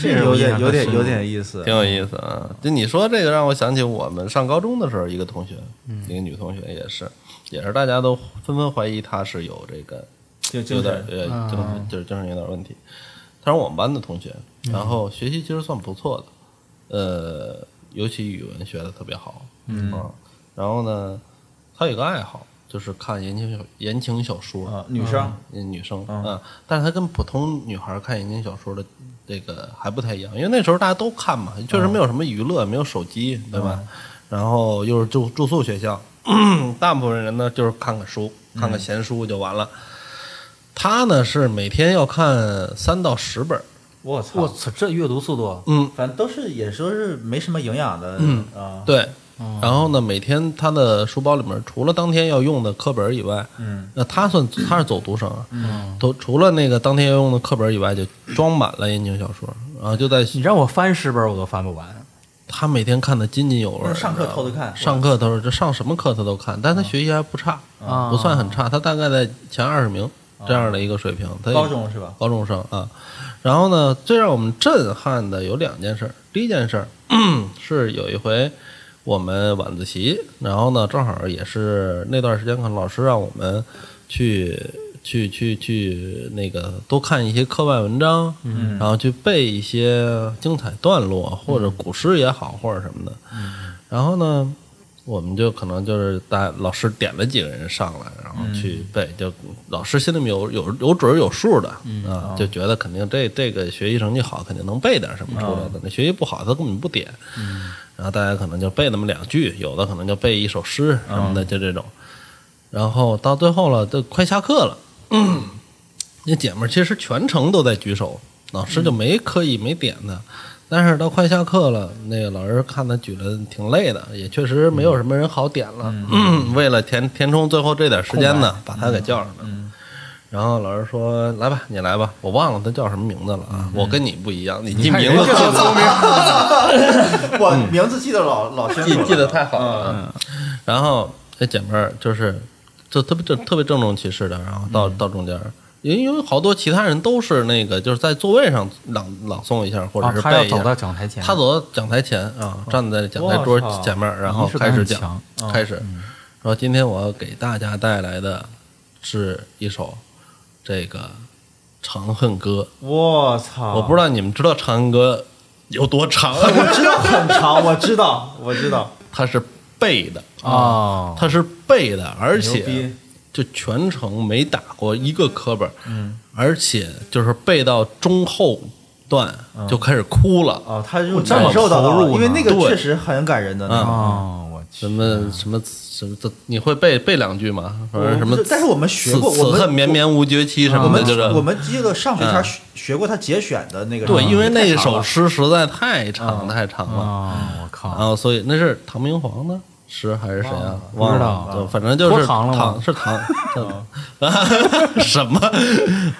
[SPEAKER 1] 这有点有点有点意思
[SPEAKER 3] 挺有意思啊。就你说这个，让我想起我们上高中的时候，一个同学，一个女同学也是，也是大家都纷纷怀疑她是有这个
[SPEAKER 1] 就
[SPEAKER 3] 有
[SPEAKER 1] 就
[SPEAKER 3] 点呃
[SPEAKER 2] 嗯
[SPEAKER 3] 精就是精神有点问题。他是我们班的同学，然后学习其实算不错的，呃，尤其语文学的特别好，嗯、然后呢，他有个爱好就是看言情小言情小说，
[SPEAKER 1] 啊，女生
[SPEAKER 3] 嗯女生
[SPEAKER 1] 嗯
[SPEAKER 3] 嗯，但是她跟普通女孩看言情小说的这个还不太一样，因为那时候大家都看嘛，确实没有什么娱乐，没有手机，对吧？然后又是住住宿学校， <clears throat> 大部分人呢就是看看书，看看闲书就完了。她呢是每天要看三到十本儿，
[SPEAKER 1] 我
[SPEAKER 2] 我
[SPEAKER 1] 操，
[SPEAKER 2] 操，这阅读速度，
[SPEAKER 3] 嗯，
[SPEAKER 1] 反正都是也说是没什么营养的
[SPEAKER 3] 嗯
[SPEAKER 1] 啊，
[SPEAKER 3] 对。然后呢，每天她的书包里面除了当天要用的课本儿以外，
[SPEAKER 1] 嗯
[SPEAKER 3] 那他算他是走读生啊，都除了那个当天要用的课本以外，就装满了言情小说，然后就在
[SPEAKER 2] 你让我翻十本我都翻不
[SPEAKER 3] 啊
[SPEAKER 2] 完。
[SPEAKER 3] 他每天看的津津有味
[SPEAKER 1] 那
[SPEAKER 3] 儿。
[SPEAKER 1] 上课
[SPEAKER 3] 你知道吗
[SPEAKER 1] 偷着看
[SPEAKER 3] 上课都是这上什么课他都看，但他学习还不差，
[SPEAKER 2] 啊
[SPEAKER 3] 不算很差，他大概在前二十名这样的一个水平。他也
[SPEAKER 1] 高中是吧？
[SPEAKER 3] 高中生啊，然后呢，最让我们震撼的有两件事儿。第一件事儿嗯是有一回我们晚自习，然后呢，正好也是那段时间，可能老师让我们去去去去那个多看一些课外文章，嗯，然后去背一些精彩段落，或者古诗也好，或者什么的。然后呢，我们就可能就是大老师点了几个人上来，然后去背，就老师心里面有有有准儿有数的啊，就觉得肯定这这个学习成绩好，肯定能背点什么出来的。那学习不好，他根本不点。然后大家可能就背那么两句，有的可能就背一首诗什么的，就这种。然后到最后了，都快下课了，那姐们儿其实全程都在举手，老师就没刻意没点她。但是到快下课了，那个老师看她举的挺累的，也确实没有什么人好点了。嗯为了填填充最后这点时间呢，把她给叫上来。然后老师说：“来吧，你来吧，我忘了她叫什么名字了啊！我跟你不一样，你记
[SPEAKER 2] 嗯
[SPEAKER 3] 名字记得
[SPEAKER 2] 聪明，
[SPEAKER 1] <laughs> 我名字记得老老清
[SPEAKER 3] 记
[SPEAKER 1] 楚了，
[SPEAKER 3] 记得太好了。
[SPEAKER 2] 嗯
[SPEAKER 3] 嗯然后这姐妹儿就是，就特别正特别郑重其事的，然后到、
[SPEAKER 2] 嗯
[SPEAKER 3] 到中间儿，因为因为好多其他人都是那个就是在座位上朗朗诵一下，或者
[SPEAKER 2] 啊
[SPEAKER 3] 是
[SPEAKER 2] 他要
[SPEAKER 3] 背一下。
[SPEAKER 2] 走到讲台前，哦
[SPEAKER 3] 他走到讲台前啊，站在讲台桌
[SPEAKER 2] 哇操
[SPEAKER 3] 前面，然后
[SPEAKER 2] 仪式感
[SPEAKER 3] 开始
[SPEAKER 2] 很
[SPEAKER 3] 讲
[SPEAKER 2] 强，哦嗯
[SPEAKER 3] 开始说今天我要给大家带来的是一首这个《长恨歌
[SPEAKER 1] 我》，
[SPEAKER 2] 哦
[SPEAKER 1] 操！
[SPEAKER 3] 我不知道你们知道《长恨歌》有多长，啊
[SPEAKER 1] 我知道很长，我知道，我知道，
[SPEAKER 3] 它是背的，
[SPEAKER 2] 哦，
[SPEAKER 3] 它 <laughs> 是背的，而
[SPEAKER 1] 牛
[SPEAKER 3] 且
[SPEAKER 1] 逼，
[SPEAKER 3] 就全程没打过一个课本，嗯，而且就是背到中后段
[SPEAKER 1] 嗯
[SPEAKER 3] 就开始哭了，
[SPEAKER 1] 哦，他就
[SPEAKER 2] 这么
[SPEAKER 1] 感受到
[SPEAKER 2] 投
[SPEAKER 1] 了，
[SPEAKER 2] 入
[SPEAKER 1] 因为那个
[SPEAKER 3] 呢嗯对
[SPEAKER 1] 确实很感人的。那
[SPEAKER 3] 啊
[SPEAKER 1] 个
[SPEAKER 2] 哦，我
[SPEAKER 3] 什
[SPEAKER 2] 去，
[SPEAKER 3] 么什么什么，这你会背背两句吗？或者什么
[SPEAKER 1] 啊我不
[SPEAKER 3] 此？
[SPEAKER 1] 是但是我们学过
[SPEAKER 3] 此
[SPEAKER 1] 我们
[SPEAKER 3] 恨绵绵无绝期什
[SPEAKER 1] 我
[SPEAKER 3] 么的，
[SPEAKER 1] 们
[SPEAKER 3] 就是
[SPEAKER 1] 我们记得上学前
[SPEAKER 3] 嗯
[SPEAKER 1] 学学过他节选的那个什么，
[SPEAKER 3] 对，因为那
[SPEAKER 1] 嗯太长
[SPEAKER 3] 首
[SPEAKER 1] 了嗯
[SPEAKER 3] 诗实在太长太长了，
[SPEAKER 2] 哦，我靠
[SPEAKER 3] 然，后啊所以那是唐明皇的诗还是谁啊？
[SPEAKER 2] 忘了
[SPEAKER 3] 忘
[SPEAKER 2] 不
[SPEAKER 3] 了，
[SPEAKER 2] 知道
[SPEAKER 3] 就反正就是
[SPEAKER 2] 脱唐了吗
[SPEAKER 3] 唐是唐，唐 <laughs> 什么？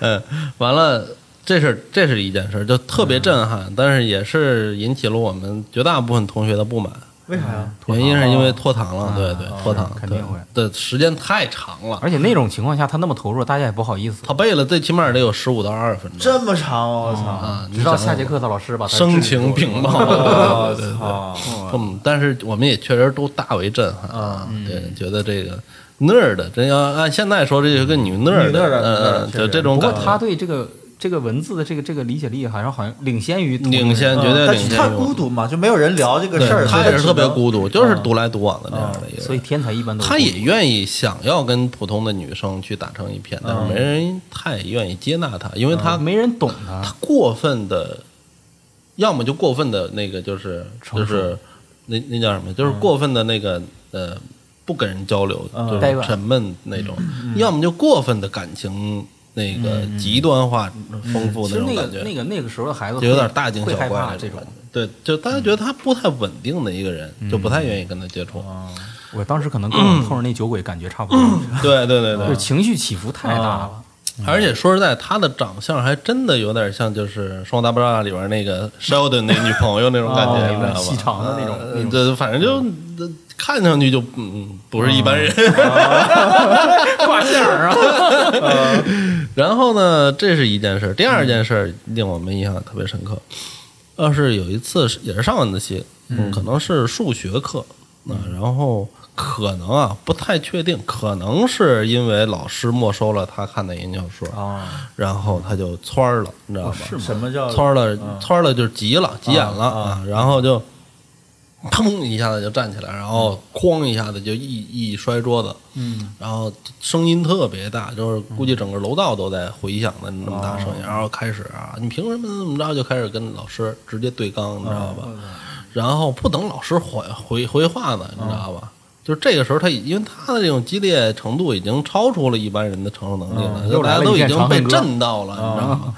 [SPEAKER 3] 嗯，完了。这是这是一件事，就特别震撼，但是也是引起了我们绝大部分同学的不满。
[SPEAKER 1] 为啥呀？
[SPEAKER 3] 原因是因为拖堂了，
[SPEAKER 2] 啊
[SPEAKER 3] 对对，拖堂
[SPEAKER 2] 肯定会
[SPEAKER 3] 对，对时间太长了，
[SPEAKER 2] 而且那种情况下他那么投入，大家也不好意思，
[SPEAKER 3] 他背了最起码得有十五到二十分钟
[SPEAKER 1] 这么长，我操！
[SPEAKER 3] 啊！你
[SPEAKER 2] 直到
[SPEAKER 3] 想
[SPEAKER 2] 下节课的老师把他
[SPEAKER 3] 声
[SPEAKER 2] 制止
[SPEAKER 3] 情
[SPEAKER 2] 住
[SPEAKER 3] 并茂，
[SPEAKER 2] 哦
[SPEAKER 1] 我操！
[SPEAKER 3] 嗯，但是我们也确实都大为震撼啊！对，觉得这个 nerd 真要按现在说，这就跟女 nerd，
[SPEAKER 1] 女 nerd，
[SPEAKER 3] 嗯嗯，
[SPEAKER 1] 确实
[SPEAKER 3] 就这种
[SPEAKER 2] 不过
[SPEAKER 3] 感
[SPEAKER 2] 他
[SPEAKER 3] 觉，
[SPEAKER 2] 对这个这个文字的这个这个理解力，好像好像领先于同啊
[SPEAKER 3] 领先
[SPEAKER 1] 嗯
[SPEAKER 3] 绝对
[SPEAKER 1] 但
[SPEAKER 3] 领
[SPEAKER 1] 是
[SPEAKER 3] 先
[SPEAKER 1] 他
[SPEAKER 3] 于我
[SPEAKER 1] 孤独嘛，就没有人聊这个
[SPEAKER 3] 对
[SPEAKER 1] 事儿，
[SPEAKER 3] 他也是特别
[SPEAKER 1] 孤。
[SPEAKER 3] 孤独，就是独来独往的这样的一个人，
[SPEAKER 2] 所以天才一般都是
[SPEAKER 3] 他也愿意想要跟普通的女生去打成一片，但是没人太愿意接纳他，因为他
[SPEAKER 2] 没人懂他
[SPEAKER 3] 啊他，过分的，要么就过分的那个就是
[SPEAKER 2] 成
[SPEAKER 3] 就
[SPEAKER 2] 熟嗯
[SPEAKER 3] 是那那叫什么？就是过分的那个呃，不跟人交流，
[SPEAKER 1] 嗯
[SPEAKER 3] 就
[SPEAKER 2] 啊呆
[SPEAKER 3] 是
[SPEAKER 2] 板嗯
[SPEAKER 3] 沉闷那种；要么就过分的感情那个极端化丰富
[SPEAKER 2] 其
[SPEAKER 3] 那
[SPEAKER 2] 实
[SPEAKER 3] 种
[SPEAKER 2] 那
[SPEAKER 3] 感
[SPEAKER 2] 个
[SPEAKER 3] 觉，
[SPEAKER 2] 那个那个时候的孩子
[SPEAKER 3] 就有点大惊
[SPEAKER 2] 会
[SPEAKER 3] 小
[SPEAKER 2] 害
[SPEAKER 3] 怪
[SPEAKER 2] 怕嗯这种
[SPEAKER 3] 感。觉。对，就大家觉得他不太稳定的一个人，
[SPEAKER 2] 嗯
[SPEAKER 3] 就不太愿意跟他接触。
[SPEAKER 2] 我当时可能跟
[SPEAKER 3] <clears throat>
[SPEAKER 2] 我碰上那酒鬼感觉差不多，
[SPEAKER 3] <laughs> 对对对
[SPEAKER 2] 就是
[SPEAKER 3] 对，
[SPEAKER 2] 情绪起伏太大了。
[SPEAKER 3] 而且说实在，他的长相还真的有点像就是《双大爆炸》里边那个 Sheldon 那女朋友那种感觉，
[SPEAKER 2] 哦
[SPEAKER 3] 你知道吧？
[SPEAKER 2] 细长的那种
[SPEAKER 3] 呃
[SPEAKER 2] 那种
[SPEAKER 3] 这反正就呃看上去就嗯不是一般人。
[SPEAKER 2] 挂线儿啊，
[SPEAKER 3] <laughs> 然后呢，这是一件事儿，第二件事儿令我们印象特别深刻。要是有一次是也是上晚自习，嗯，可能是数学课，啊，
[SPEAKER 2] 嗯
[SPEAKER 3] 然后可能啊不太确定，可能是因为老师没收了他看的研究书，
[SPEAKER 1] 啊，
[SPEAKER 3] 然后他就窜儿了，你知
[SPEAKER 2] 哦
[SPEAKER 3] 道吧？
[SPEAKER 1] 什么叫
[SPEAKER 3] 窜儿了，窜儿了就是急了，急眼了
[SPEAKER 1] 啊
[SPEAKER 3] 啊，然后就腾一下子就站起来，然后哐一下子就一一摔桌子，嗯，然后声音特别大，就是估计整个楼道都在回响的那么大声音，然后开始啊，你凭什么怎么着就开始跟老师直接对刚，你知道吧？然后不等老师回回回话呢，你知道吧？就是这个时候，他已因为他的这种激烈程度已经超出了一般人的承受能力了，
[SPEAKER 2] 嗯
[SPEAKER 3] 就
[SPEAKER 2] 又
[SPEAKER 3] 大
[SPEAKER 2] 来
[SPEAKER 3] 家
[SPEAKER 2] 了
[SPEAKER 3] 都
[SPEAKER 2] 一
[SPEAKER 3] 已
[SPEAKER 2] 遍
[SPEAKER 3] 经
[SPEAKER 2] 长
[SPEAKER 3] 被
[SPEAKER 2] 恨歌啊
[SPEAKER 3] 震到了，你知道吗？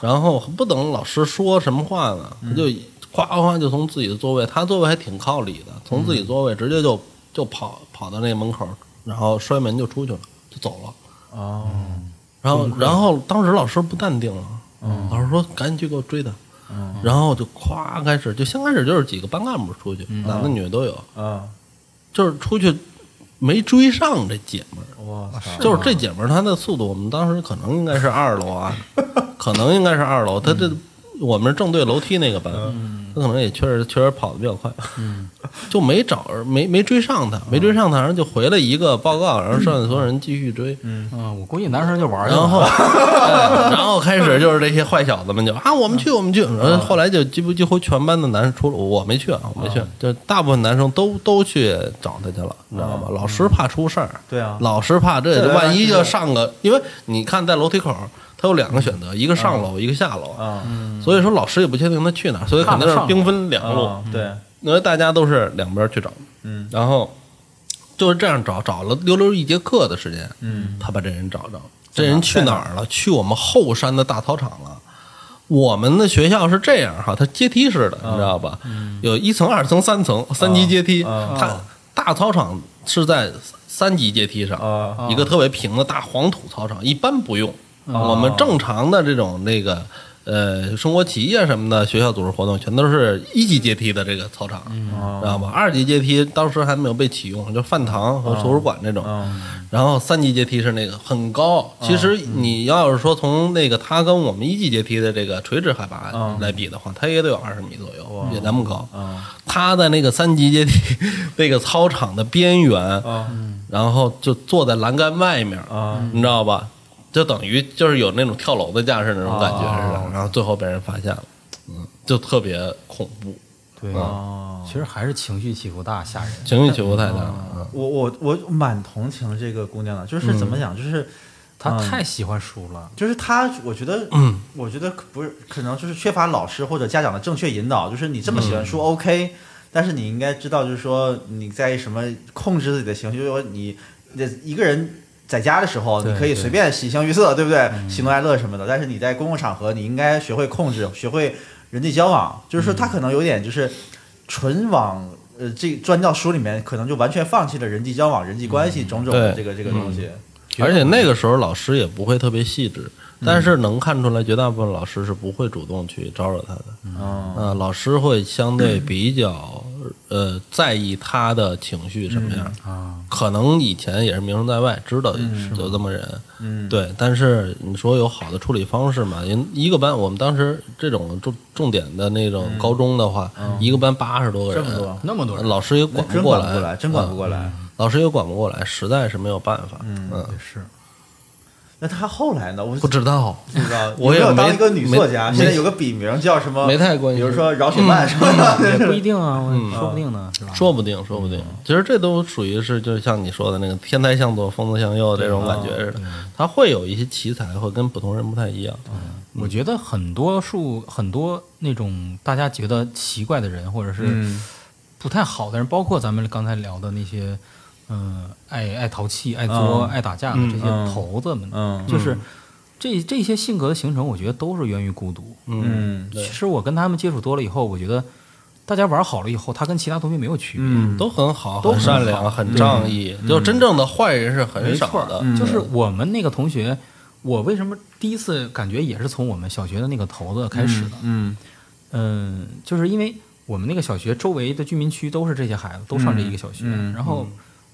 [SPEAKER 3] 然后不等老师说什么话呢，
[SPEAKER 2] 嗯
[SPEAKER 3] 他就哗哗哗就从自己的座位，他座位还挺靠里的，从自己座位直接就就跑跑到那门口，然后摔门就出去了，就走了。
[SPEAKER 1] 哦，
[SPEAKER 3] 然后，然后当时老师不淡定了，老师说赶紧去给我追他，然后就咵开始，就先开始就是几个班干部出去，男的女的都有，
[SPEAKER 1] 啊，
[SPEAKER 3] 就是出去没追上这姐们儿，
[SPEAKER 1] 我操！
[SPEAKER 3] 就是这姐们儿她的速度，我们当时可能应该是二楼啊，可能应该是二楼，她这我们是正对楼梯那个班，她可能也确实确实跑得比较快， <laughs> 就没找着没没追上她，没追上她，然后就回了一个报告，然后剩下所有人继续追，
[SPEAKER 2] 啊 <laughs> 嗯，我估计男生就玩儿去了
[SPEAKER 3] 然后，哎然后开始始就是这些坏小子们就啊，我们去，我们去。然后后来就几乎几乎全班的男生，除了我没去啊，我没去，就大部分男生都都去找他去了，你知道吗？老师怕出事儿，
[SPEAKER 1] 对啊
[SPEAKER 3] 老师怕
[SPEAKER 1] 这
[SPEAKER 3] 这
[SPEAKER 1] 来来
[SPEAKER 3] 万一
[SPEAKER 1] 去
[SPEAKER 3] 要
[SPEAKER 1] 去
[SPEAKER 3] 上个，因为你看在楼梯口，他有两个选择，一个上楼，一个下楼，
[SPEAKER 1] 啊，
[SPEAKER 3] 所以说老师也不确定他去哪儿，所以肯定是兵分两路。
[SPEAKER 1] 啊对，
[SPEAKER 3] 那大家都是两边去找，
[SPEAKER 1] 嗯，
[SPEAKER 3] 然后就是这样找，找了溜溜一节课的时间，
[SPEAKER 1] 嗯，
[SPEAKER 3] 他把这人找着，这人去哪儿了？去我们后山的大操场了。我们的学校是这样哈，它阶梯式的，你知道吧？有一层、二层、三层，三级阶梯。
[SPEAKER 1] 啊
[SPEAKER 3] 它大操场是在三级阶梯上，
[SPEAKER 1] 啊啊
[SPEAKER 3] 一个特别平的大黄土操场，一般不用。我们正常的这种那个呃升国旗呀什么的，学校组织活动全都是一级阶梯的这个操场，
[SPEAKER 1] 啊
[SPEAKER 3] 知道吗？二级阶梯当时还没有被启用，就饭堂和图书馆这种。
[SPEAKER 1] 啊
[SPEAKER 3] 然后三级阶梯是那个很高，其实
[SPEAKER 1] 嗯
[SPEAKER 3] 你要是说从那个它跟我们一级阶梯的这个垂直海拔
[SPEAKER 1] 嗯
[SPEAKER 3] 来比的话，它也得有二十米左右，也咱们高。
[SPEAKER 1] 啊
[SPEAKER 3] 他在那个三级阶梯 <laughs> 那个操场的边缘，
[SPEAKER 1] 啊
[SPEAKER 3] 然后就坐在栏杆外面，
[SPEAKER 1] 啊
[SPEAKER 3] 你知道吧？就等于就是有那种跳楼的架势那种感觉似的，然后最后被人发现了，嗯，就特别恐怖，
[SPEAKER 2] 对，
[SPEAKER 1] 啊！
[SPEAKER 2] 其实还是情绪起伏大，吓人。
[SPEAKER 3] 情绪起伏太大了。嗯
[SPEAKER 1] 我我我蛮同情这个姑娘的，就是怎么讲，就是
[SPEAKER 2] 他
[SPEAKER 1] 嗯
[SPEAKER 2] 太喜欢书了，
[SPEAKER 1] 就是她，我觉得，
[SPEAKER 3] 嗯，
[SPEAKER 1] 我觉得可不是，可能就是缺乏老师或者家长的正确引导，就是你这么喜欢书 OK，但是你应该知道，就是说你在什么控制自己的情绪，就是说你你一个人。在家的时候，
[SPEAKER 2] 对
[SPEAKER 1] 你可以随便喜形于色，对不对？喜怒哀乐什么的。但是你在公共场合，你应该学会控制，学会人际交往。就是说，他可能有点就是纯往呃这钻到书里面，可能就完全放弃了人际交往、人际关系种种的
[SPEAKER 3] 对
[SPEAKER 1] 这个这个东西。
[SPEAKER 3] 而且那个时候老师也不会特别细致，但是能看出来绝大部分老师是不会主动去招惹他的。
[SPEAKER 1] 嗯
[SPEAKER 3] 嗯，老师会相对比较呃在意他的情绪什么样
[SPEAKER 2] 啊。
[SPEAKER 3] 可能以前也是名声在外，知道有这么人，
[SPEAKER 1] 嗯，
[SPEAKER 3] 对，但是你说有好的处理方式嘛？因一个班，我们当时这种重重点的那种高中的话，一个班八十多个
[SPEAKER 1] 嗯这
[SPEAKER 3] 人，
[SPEAKER 1] 么多，
[SPEAKER 2] 那么多人
[SPEAKER 3] 老师也
[SPEAKER 1] 那
[SPEAKER 3] 管
[SPEAKER 1] 真
[SPEAKER 3] 过
[SPEAKER 1] 管不过来，真管不过
[SPEAKER 3] 来，
[SPEAKER 1] 来。
[SPEAKER 3] 嗯老师也管不过来，实在是没有办法。
[SPEAKER 1] 嗯
[SPEAKER 3] 嗯，
[SPEAKER 2] 也是，
[SPEAKER 1] 那他后来呢？我
[SPEAKER 3] 不知道，
[SPEAKER 1] 不知道，
[SPEAKER 3] 我也
[SPEAKER 1] 有没有
[SPEAKER 3] 没
[SPEAKER 1] 当一个女作家，
[SPEAKER 3] 没
[SPEAKER 1] 现在有个笔名叫什么？
[SPEAKER 3] 没太关
[SPEAKER 1] 哦比
[SPEAKER 3] 心
[SPEAKER 1] 如说饶雪漫什么的。
[SPEAKER 2] 也不一定啊，我说不定呢，是吧？
[SPEAKER 3] 说不定，说不定。
[SPEAKER 1] 嗯
[SPEAKER 3] 其实这都属于是，就是像你说的那个天才向左，疯子向右这种感
[SPEAKER 1] 啊
[SPEAKER 3] 觉似的。
[SPEAKER 1] 嗯
[SPEAKER 3] 他会有一些奇才，会跟普通人不太一样。嗯
[SPEAKER 2] 我觉得很多数很多那种大家觉得奇怪的人，或者
[SPEAKER 1] 嗯
[SPEAKER 2] 是不太好的人，包括咱们刚才聊的那些，嗯，爱爱淘气、爱作、
[SPEAKER 1] 嗯
[SPEAKER 2] 爱打架的
[SPEAKER 3] 嗯
[SPEAKER 2] 这些
[SPEAKER 1] 嗯
[SPEAKER 2] 头子们，
[SPEAKER 1] 嗯
[SPEAKER 2] 就是这这些性格的形成，我觉得都是源于孤独。
[SPEAKER 3] 嗯，
[SPEAKER 1] 嗯
[SPEAKER 3] 对
[SPEAKER 2] 其实我跟他们接触多了以后，我觉得大家玩好了以后，他跟其他同学没有区别。
[SPEAKER 1] 嗯，
[SPEAKER 3] 都很好，
[SPEAKER 2] 都
[SPEAKER 3] 很
[SPEAKER 2] 很
[SPEAKER 3] 善良，
[SPEAKER 2] 好
[SPEAKER 3] 很仗义。就真正的坏人是很
[SPEAKER 2] 没
[SPEAKER 3] 少
[SPEAKER 2] 错
[SPEAKER 3] 的。
[SPEAKER 1] 嗯
[SPEAKER 2] 就是我们那个同学，我为什么第一次感觉也是从我们小学的那个头子开始的？
[SPEAKER 1] 嗯
[SPEAKER 2] 嗯，就是因为我们那个小学周围的居民区都是这些孩子，都上这一个小学，
[SPEAKER 1] 嗯嗯
[SPEAKER 2] 然后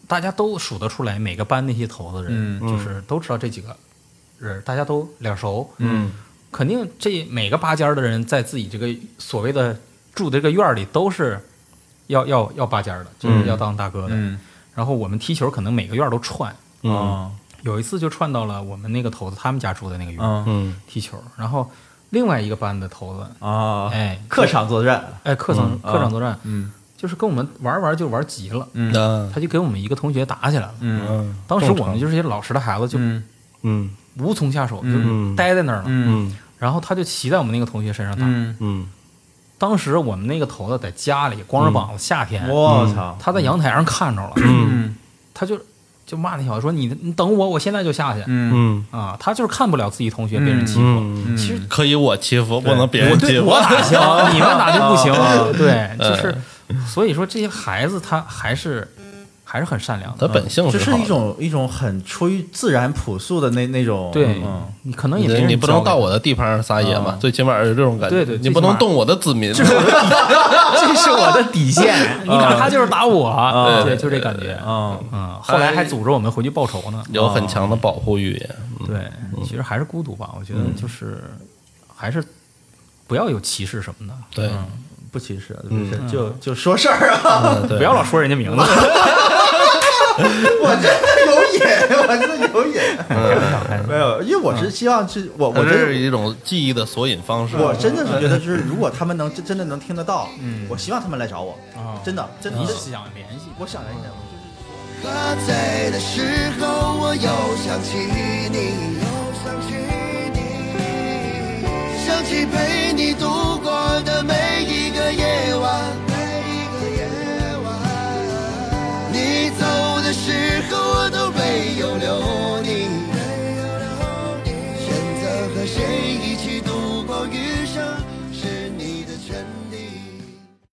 [SPEAKER 2] 大家都数得出来每个班那些头的人，
[SPEAKER 1] 嗯
[SPEAKER 2] 就是都知道这几个人，大家都脸熟，
[SPEAKER 1] 嗯
[SPEAKER 2] 肯定这每个八尖儿的人在自己这个所谓的住的这个院儿里都是要要要八尖儿的，就是要当大哥的。
[SPEAKER 1] 嗯
[SPEAKER 2] 然后我们踢球可能每个院儿都串，
[SPEAKER 3] 嗯
[SPEAKER 1] 啊
[SPEAKER 2] 有一次就串到了我们那个头子他们家住的那个院儿、
[SPEAKER 1] 嗯
[SPEAKER 3] 嗯
[SPEAKER 2] 踢球，然后另外一个班的头子，
[SPEAKER 1] 啊！
[SPEAKER 2] 哎，
[SPEAKER 1] 客场作战。
[SPEAKER 2] 哎课场
[SPEAKER 1] 嗯
[SPEAKER 2] 课场作战。
[SPEAKER 1] 嗯
[SPEAKER 2] 就是跟我们玩儿玩儿就玩儿急了，
[SPEAKER 1] 嗯
[SPEAKER 3] 啊
[SPEAKER 2] 他就跟我们一个同学打起来了。
[SPEAKER 1] 嗯
[SPEAKER 3] 嗯，
[SPEAKER 2] 当时我们
[SPEAKER 3] 就
[SPEAKER 2] 就是些老实的孩子，就
[SPEAKER 1] 嗯
[SPEAKER 3] 嗯
[SPEAKER 2] 无从下手，
[SPEAKER 1] 嗯
[SPEAKER 2] 就待在那儿了。
[SPEAKER 1] 嗯
[SPEAKER 3] 嗯
[SPEAKER 2] 然后他就骑在我们那个同学身上打。
[SPEAKER 1] 嗯，
[SPEAKER 3] 嗯
[SPEAKER 2] 当时我们那个头子在家里光
[SPEAKER 1] 嗯
[SPEAKER 2] 着膀子，夏天，
[SPEAKER 1] 我操！
[SPEAKER 2] 他在阳台上看着了，
[SPEAKER 1] 嗯
[SPEAKER 2] 他就就骂那小子说：“你你等我，我现在就下去。
[SPEAKER 1] 嗯
[SPEAKER 3] 嗯
[SPEAKER 2] 啊，他就是看不了自己同学被人欺负。
[SPEAKER 3] 嗯，
[SPEAKER 2] 其实
[SPEAKER 3] 可以我欺负，不能别人欺
[SPEAKER 2] 对
[SPEAKER 3] 负。
[SPEAKER 2] 我打行，你们打就不行。对，
[SPEAKER 3] 嗯
[SPEAKER 2] 就是所以说这些孩子他还是还是很善良
[SPEAKER 3] 他
[SPEAKER 2] 的。
[SPEAKER 3] 本性
[SPEAKER 1] 这
[SPEAKER 3] 是
[SPEAKER 1] 是
[SPEAKER 3] 好
[SPEAKER 1] 一
[SPEAKER 3] 的
[SPEAKER 1] 种一种很出于自然朴素的那那种
[SPEAKER 2] 对
[SPEAKER 1] 嗯，
[SPEAKER 2] 你可能也没
[SPEAKER 3] 对
[SPEAKER 2] 人
[SPEAKER 3] 你不
[SPEAKER 2] 教
[SPEAKER 3] 能
[SPEAKER 2] 给
[SPEAKER 3] 到
[SPEAKER 2] 他
[SPEAKER 3] 我的地盘上撒野嘛，
[SPEAKER 1] 嗯
[SPEAKER 3] 最起码是这种感觉。
[SPEAKER 2] 对对
[SPEAKER 3] 你
[SPEAKER 2] 最
[SPEAKER 3] 不
[SPEAKER 2] 起码
[SPEAKER 3] 能动我的子
[SPEAKER 2] <laughs>
[SPEAKER 3] 民。
[SPEAKER 2] 这是我的底线，你打他就是打我，对，
[SPEAKER 3] 对
[SPEAKER 2] 就这感觉。
[SPEAKER 1] <laughs> 嗯
[SPEAKER 2] 嗯，后来还组织我们回去报仇呢。
[SPEAKER 3] 有很强的保护欲也。
[SPEAKER 2] 对，其实还是孤独吧，我觉得就是还是不要有歧视什么的，
[SPEAKER 3] 对，
[SPEAKER 1] 不歧视，就是就就说事儿啊！ <laughs>
[SPEAKER 3] 嗯对
[SPEAKER 2] 不要老说人家名字。
[SPEAKER 1] 我真的有瘾，我真的有瘾。没有，因为我是希望是，我我
[SPEAKER 3] 它
[SPEAKER 1] 真
[SPEAKER 3] 是
[SPEAKER 1] 是
[SPEAKER 3] 一种记忆的索引方式。
[SPEAKER 1] 我真的是觉得，就是如果他们能真真的能听得到，我希望他们来找我，
[SPEAKER 2] 啊
[SPEAKER 1] 真的真的
[SPEAKER 2] 你，想联系
[SPEAKER 1] 我想来一下。
[SPEAKER 4] 喝醉的时候，我又想起你，又想起你，想起陪